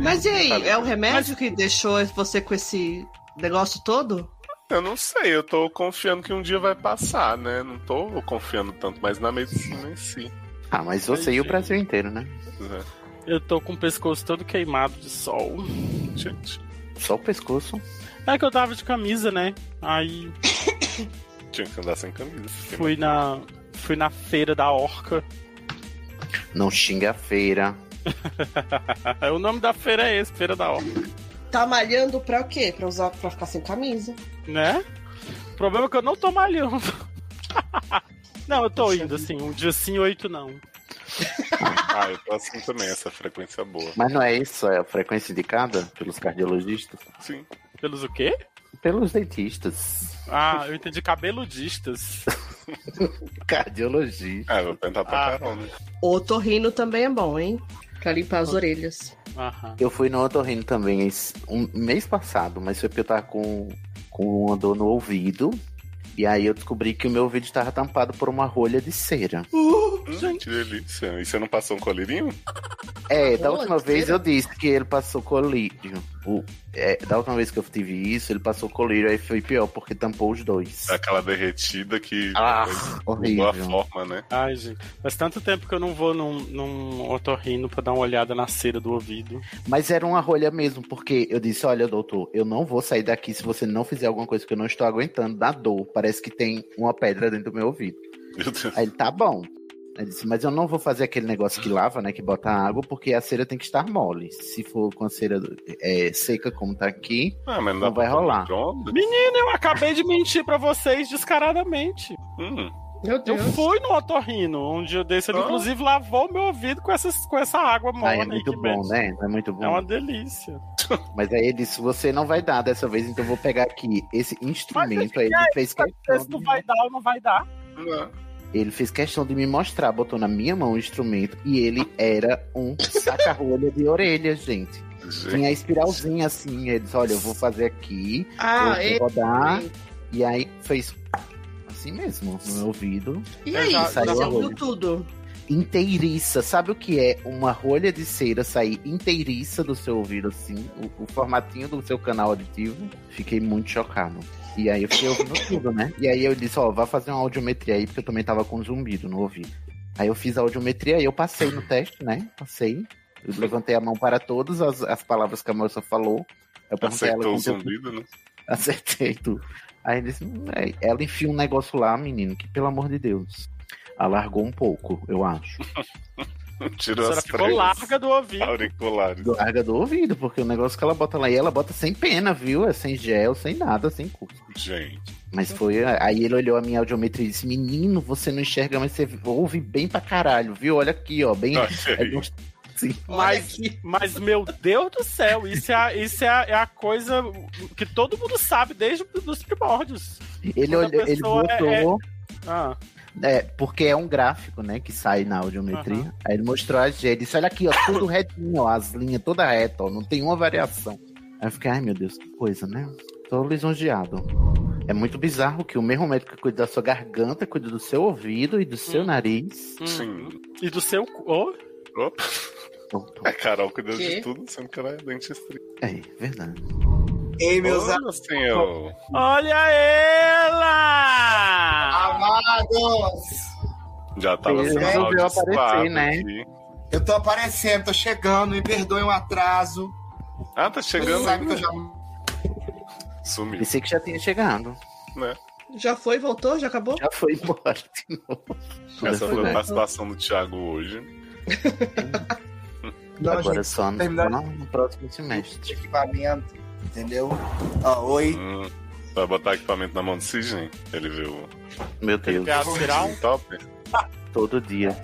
Mas e Tá aí? É o remédio que deixou você com esse negócio todo? Eu não sei, eu tô confiando que um dia vai passar, né? Não tô confiando tanto, mas na medicina em si. Ah, mas você e o Brasil inteiro, né? né? Eu tô com o pescoço todo queimado de sol. Gente, Só o pescoço. É que eu tava de camisa, né? Aí tinha que andar sem camisa. fui na, fui na feira da Orca. [LAUGHS] Não xinga a feira. o nome da feira é esse, Feira da Orca, Tá malhando pra o quê? Pra, usar, pra ficar sem camisa. né? O problema é que eu não tô malhando. [LAUGHS] Não, eu tô indo assim, um dia sim, oito não. Ah, eu tô assim também, essa frequência boa. Mas não é isso, é a frequência indicada pelos cardiologistas? Sim. Pelos o quê? Pelos dentistas. [LAUGHS] Ah, eu entendi cabeludistas. Cardiologista. Ah, eu vou tentar pra Ah. carona. O torrino também é bom, hein? Pra limpar as orelhas. Aham. Eu fui no otorrino também esse- um mês passado, mas foi porque eu tava com, com uma dor no ouvido. E aí eu descobri que o meu ouvido estava tampado por uma rolha de cera. Hum, que delícia. E você não passou um colirinho? É, da Rolha última de vez cera? eu disse que ele passou colírio. O- é, da última vez que eu tive isso, ele passou colírio, aí foi pior, porque tampou os dois. Aquela derretida que. Ah, É, Boa horrível. forma, né? Ai, gente. Faz tanto tempo que eu não vou num, num otorrino pra dar uma olhada na cera do ouvido. Mas era uma rolha mesmo, porque eu disse: olha, doutor, eu não vou sair daqui se você não fizer alguma coisa que eu não estou aguentando, dá dor. Parece que tem uma pedra dentro do meu ouvido. Meu Deus. Aí ele tá bom. Ele disse, mas eu não vou fazer aquele negócio que lava, né? Que bota água, porque a cera tem que estar mole. Se for com a cera é, seca, como tá aqui. Ah, mas não, Não dá vai pra tomar rolar. de onda? Eu acabei de mentir pra vocês descaradamente. Hum, Meu Eu fui no otorrino um dia desse. Ele, Ah. inclusive, lavou meu ouvido com, essas, com essa água mole. Aí é muito que bom, mete. né? É muito bom. É uma delícia. Mas aí ele disse, você não vai dar dessa vez, então eu vou pegar aqui esse instrumento. Aí ele fez questão. Esse de- não vai dar ou não vai dar. não. Ele fez questão de me mostrar, botou na minha mão o instrumento e ele era um saca-rolha de orelha, gente. Gente, Tinha a espiralzinha assim. Ele disse, olha, eu vou fazer aqui. Ah, eu e, vou rodar. E aí fez assim mesmo, no meu ouvido. e aí? já- Você já- ouviu tudo? inteiriça. Sabe o que é uma rolha de cera sair inteiriça do seu ouvido, assim? O, o formatinho do seu canal auditivo? Fiquei muito chocado. E aí eu fiquei ouvindo tudo, né? E aí eu disse, ó, vá fazer uma audiometria aí, porque eu também tava com zumbido no ouvido. Aí eu fiz a audiometria e eu passei no teste, né? Passei. Eu levantei a mão para todas as, as palavras que a moça falou. Eu perguntei a ela Aceitou o quanto eu- zumbido, né? [LAUGHS] [LAUGHS] Acertei tudo. Aí ele disse, "Hum, é." ela enfia um negócio lá, menino, que pelo amor de Deus. Alargou um pouco, eu acho. Tirou as ficou três larga do ouvido. auriculares. Larga do ouvido, porque o negócio que ela bota lá, e ela bota sem pena, viu? É sem gel, sem nada, sem curso. Gente, Mas foi. Aí ele olhou a minha audiometria e disse: Menino, você não enxerga, mas você ouve bem pra caralho, viu? Olha aqui, ó, [LAUGHS] bem. Ah, [LAUGHS] achei. é gost- Mas... Mas, mas, meu Deus do céu, isso, é a, isso é, a, é a coisa que todo mundo sabe desde os primórdios. Ele, Quando a olhou, ele pessoa é- botou. Ah, É, porque é um gráfico, né, que sai na audiometria. Aí ele mostrou a gente, disse, olha aqui, ó, tudo retinho, ó, as linhas toda reta, ó, não tem uma variação. Aí eu fiquei, ai meu Deus, que coisa, né? Tô lisonjeado. É muito bizarro que o mesmo médico que cuida da sua garganta, cuida do seu ouvido e do seu nariz. hum. sim. E do seu. cu- Oh, Opa, Então, tô- a Carol cuidou Quê? de tudo, sendo que ela é dentista. É, verdade. Ei, meus Olha, assim, senhor. olha ela! amados! Já tava Ele sendo resolveu amaldiçoado aparecer, né? aqui. Eu tô aparecendo, tô chegando, me perdoem o atraso. Ah, tá Você chegando. sabe que eu já. Sumiu. Pensei que já tinha chegado. Já foi, voltou? Já acabou? Já foi embora de [LAUGHS] novo. Essa foi a né? Tudo bem. participação do Thiago hoje. Não, Agora gente, é só no, terminar- só no próximo semestre. equipamento, entendeu? Ó, oi. Hum, vai botar equipamento na mão do Cisne? Ele viu Meu Deus, Piada viral. o top? todo dia.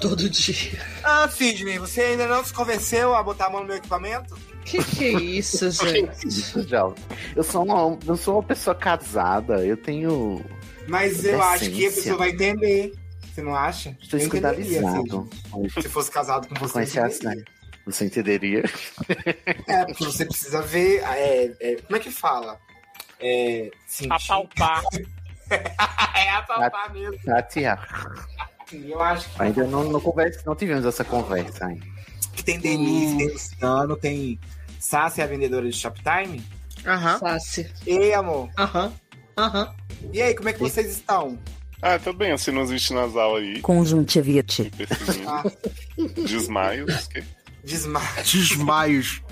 Todo dia. Ah, Sidney, você ainda não se convenceu a botar a mão no meu equipamento? Que que é [LAUGHS] isso, gente? Isso, já. Eu sou uma, eu sou uma pessoa casada, eu tenho. Mas eu acho que a Decência. pessoa vai entender. Você não acha? Estou Eu entenderia, escandalizado Sidney. Se fosse casado com você. com esse eu assunto. Você entenderia? [LAUGHS] É, porque você precisa ver. é, é, como é que fala? É. Sentir. Apalpar. É apalpar mesmo. Tatear. Eu acho que, Ah, Ainda não, não, conversa, não tivemos essa conversa ainda. que tem Denise, Hum. tem Luciano, tem. Sassi, a vendedora de Shoptime. Aham. Fácil. Ei, amor. Aham. Aham. E aí, como é que vocês estão? Ah, tô bem, a sinusite nasal [LAUGHS] aí. Conjuntivite. perseguindo Ah, Desmaios. que- desmaio. Desmaios.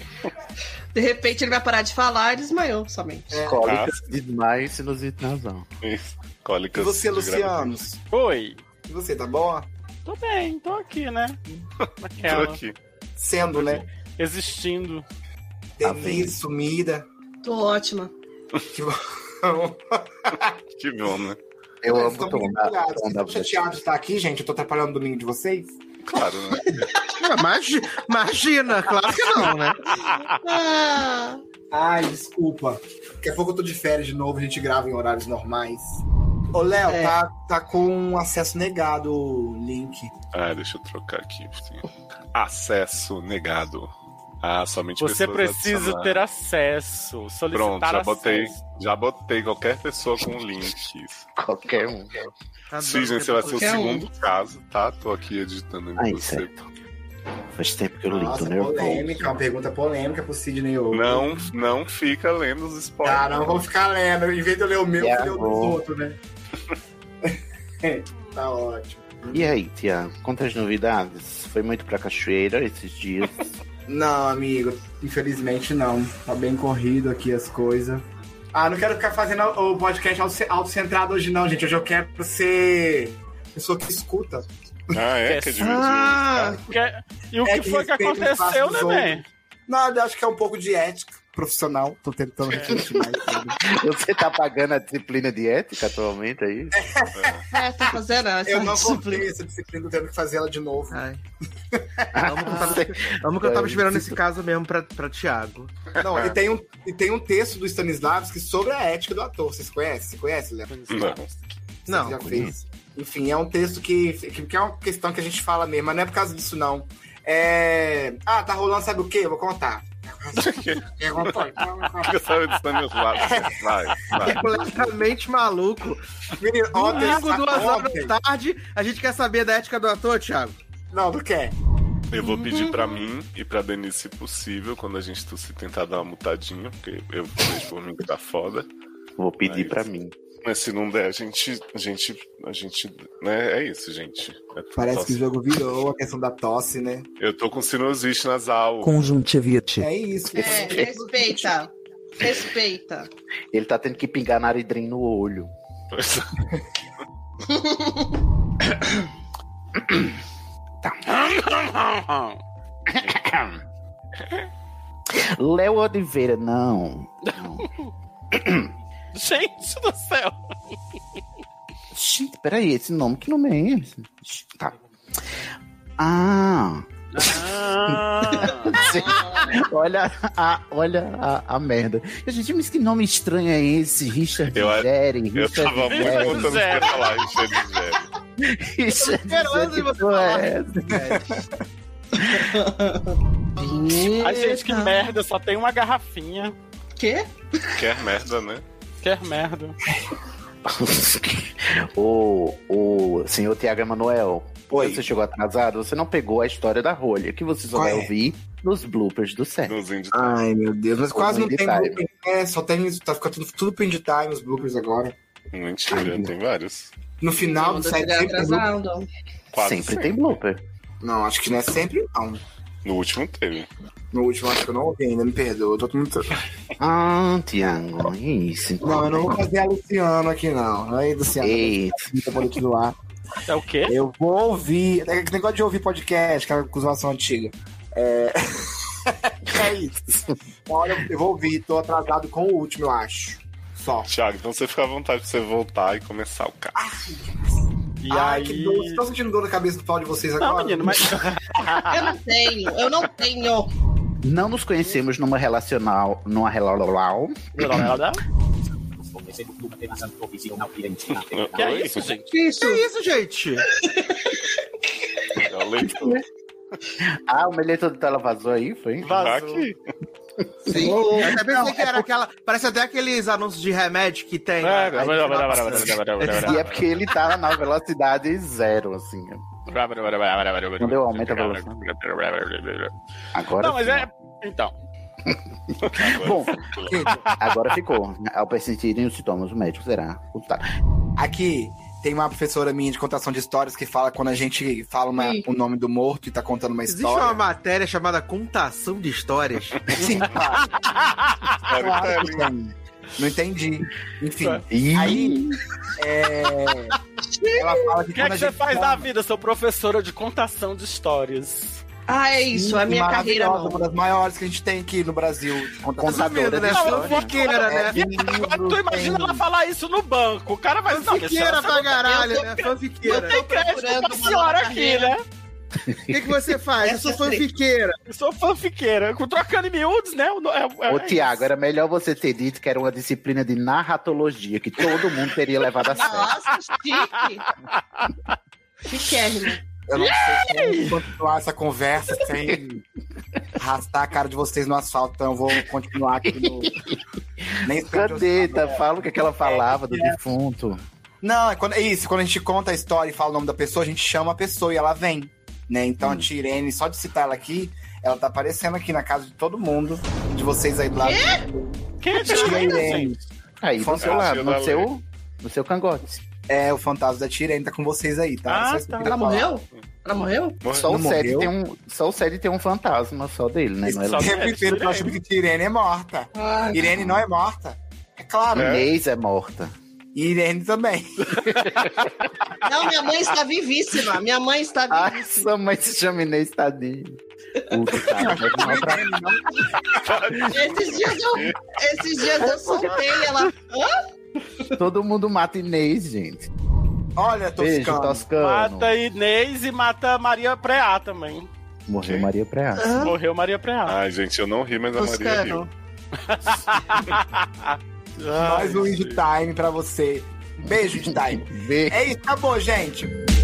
De repente ele vai parar de falar e desmaiou somente. É Cólicas, desmaios, sinusite nasal. Isso. Cólicas. E você, de gravidez. Luciano? Oi. E você, tá bom? Tô bem, tô aqui, né? Tô Naquela. aqui. Sendo, né? Existindo. Tá bem. Denise, sumida. Então, Tô ótima. Que bom, né? Eu Vocês amo estão o tom tá muito da- empolgados. o tom Vocês da estão chateados de estar aqui, gente? Eu tô atrapalhando o domingo de vocês? Claro, né? Imagina, imagina, claro que não, né? Ah, Ai, desculpa. Daqui a pouco eu tô de férias de novo, a gente grava em horários normais. Ô, Léo, É. tá, tá com acesso negado o link. Ah, deixa eu trocar aqui. sim. Acesso negado. Ah, somente Você pessoas precisa adicionadas. ter acesso. Solicitar Pronto, já acesso. botei. Já botei qualquer pessoa com o link. Qualquer um. Adoro Cisne, que você vai ser o Tá Qualquer um. segundo caso, tá? Tô aqui editando em Aí, você. certo. Faz tempo que eu lido, Nossa, é né? Eu polêmica, uma pergunta polêmica pro Sidney hoje. Não, não fica lendo os spoilers. Tá, não vamos ficar lendo. Em vez de eu ler o meu, É, eu leio o amor. dos outros, né? [LAUGHS] tá ótimo. volto. E aí, Tia, quantas novidades? Foi muito pra cachoeira esses dias. [LAUGHS] Não, amigo, infelizmente não. Tá bem corrido aqui as coisas. Ah, não quero ficar fazendo o podcast auto- autocentrado hoje, não, gente. Hoje eu quero ser pessoa que escuta. Ah, é? Que é dividido. Ah, Ah, Que- E o É que, que foi que respeita o espaço aconteceu, dos né, man? Nada, acho que é um pouco de ética profissional. Tô tentando refletir mais sobre. Você tá pagando a disciplina de ética atualmente aí? é, tá fazendo essa Eu não comprei essa disciplina, tô tendo que fazer ela de novo. Ai. É, Amo que eu [LAUGHS] tava, amo que eu É, tava esperando esse caso mesmo pra, pra Thiago. Não, e tem, um, e tem um texto do Stanislavski sobre a ética do ator. Vocês conhecem? Você conhece, Léo? Não. [LAUGHS] Você Não. já fez. Enfim, é um texto que, que, que é uma questão [LAUGHS] que a gente fala mesmo, mas não é por causa disso, não. É... Ah, tá rolando, sabe o quê? Eu vou contar. Perguntou, então, Fica só distando meus lábios. Vai, vai. Completamente maluco. tá Menino, ontem, Domingo, duas horas ontem- da tarde, a gente quer saber da ética do ator, Thiago. Não, do que? Eu vou pedir pra mim e pra Denise, se possível, quando a gente tu- se tentar dar uma mutadinha, porque eu vejo por mim que tá foda. Vou pedir Mas- pra mim. Mas se não der, a gente. A gente. A gente. Né? É isso, gente. É tudo Parece só- que o jogo virou a questão da tosse, né? Eu tô com sinusite nasal. Conjuntivite. É isso. É, respeita. Respeita. Ele tá tendo que pingar naridrim no olho. Léo Oliveira, não. não. [LAUGHS] Gente do céu! Gente, peraí, esse nome que nome é esse? Tá. Ah, [LAUGHS] gente, olha a, olha a, a merda. Gente, mas que nome estranho é esse? Richard Eu- Jerry. Eu Richard tava muito Gere, contando que ia falar, Richard Gere. [LAUGHS] Richard esperando Gere, você pô, falar. é essa? Ai, gente, que merda, só tem uma garrafinha. Quê? Quer merda, né? Quer merda. [LAUGHS] o, o senhor Tiago Emanuel, Oi. você chegou atrasado, você não pegou a história da rolha, que você só Qual vai é? ouvir nos bloopers do set. Nos índios. Ai, meu Deus, mas quase não Indie tem Time. blooper, né? Só tem. Tá ficando tudo, tudo pro indie time, os bloopers agora. Mentira, tem vários. No final Não, do tá site chegando sempre tem blooper. atrasado. Quase sempre, tem blooper. Não, acho que não é sempre, não. No último teve. No último, acho que eu não ouvi ainda, me perdoa. Eu tô muito... Ah, Tiago, é isso. então. Não, eu não vou fazer a Luciano aqui, não. [LAUGHS] Aí, Luciano, Eita, eu vou te doar. É o quê? Eu vou ouvir. É que negócio de ouvir podcast, que é uma acusação antiga. [LAUGHS] É. é isso. Olha, eu vou ouvir, tô atrasado com o último, eu acho. Só. Thiago, então você fica à vontade pra você voltar e começar o carro. E Ai, aí. que dor. Vocês estão sentindo dor na cabeça do pau de vocês Não, agora? menino, mas. Eu não tenho, eu não tenho. não nos conhecemos numa relacional, numa relacional. que é isso, gente? Que isso? Que isso, gente? É o leitor. Ah, o melhor do tela vazou aí, foi? Tá Vazou. aqui. Sim. Eu até pensei que era aquela. Parece até aqueles anúncios de remédio que tem. né? Aí, E é porque ele tá na velocidade zero, assim. Quando eu aumento a velocidade. Agora Não, mas sim. é. Então. [LAUGHS] Agora Bom. sim. Agora ficou. Ao persistirem os sintomas, o médico será consultado. Aqui tem uma professora minha de contação de histórias que fala quando a gente fala uma- Sim. o nome do morto e tá contando uma Existe uma história. matéria chamada Contação de [LAUGHS] Histórias. Agora Claro sim. que tem. [LAUGHS] Não entendi. Enfim, Tá. Ih, Aí- é... [LAUGHS] ela fala que O que é quando a que você gente faz fala- da vida? Sou professora de contação de histórias. Ah, é isso, é a minha carreira. Maravilhosa, mano. Uma das maiores que a gente tem aqui no Brasil. de é Contação de Resumindo, Contadora né? de Sou histórias. fiqueira, né? Tem [LAUGHS] Agora livro, tu imagina tem- ela falar isso no banco. O cara vai. Não, Fanfiqueira Alessandra, pra caralho, eu né? Eu Fanfiqueira. tô crédito pra procurando uma nova senhora aqui, carreira. né? O que, que você faz? Eu sou Essas três. fanfiqueira. Eu sou fanfiqueira. Com- Trocando em miúdos, né? O no- É, é, Ô, Tiago, era melhor você ter dito que era uma disciplina de narratologia, que todo mundo teria levado a sério. Nossa, chique. Chiquérrimo. Eu não sei como continuar essa conversa sem arrastar a cara de vocês no asfalto. Então eu vou continuar aqui [LAUGHS] no. Nem sei onde eu Cadeta, Tá estava. fala o que, é que ela falava do defunto. Não, é, quando, é isso. Quando a gente conta a história e fala o nome da pessoa, a gente chama a pessoa e ela vem. Né? Então a tia Irene, só de citar ela aqui, ela tá aparecendo aqui na casa de todo mundo. De vocês aí do lado. Quem é que Tia tira isso, Irene. gente? Aí, do Fantasia seu lado, da né, no seu, no seu cangote. É, o fantasma da Tirene tá com vocês aí, tá? Ah, Só isso que tá. eu queria Ela falar. morreu? Ela morreu? Só o, Não Sede morreu? tem um, só o Sede tem um fantasma só dele, né? Não é Esse Só- Luiz? tempo inteiro eu achando que Tirene é morta. Ai, Irene não é morta. É né? claro. É. Inês é morta. E Irene também. Não, minha mãe está vivíssima. Minha mãe está Ai, vivíssima. sua mãe se chama Inês, tadinho. Puta, tá, cara, deve maltratar. Esses dias eu, esses dias eu soltei ela. Hã? tá. Todo mundo mata Inês, gente. Olha, Beijo, Toscano. Toscano. Mata Inês e mata Maria Preá também. Morreu Quem? Maria Preá. Morreu Maria Preá. Ai, gente, eu não ri, mas a Maria riu. Toscano. Ai, Mais um Indie Time pra você. Beijo, Indie Time. Vê. É isso, acabou, gente.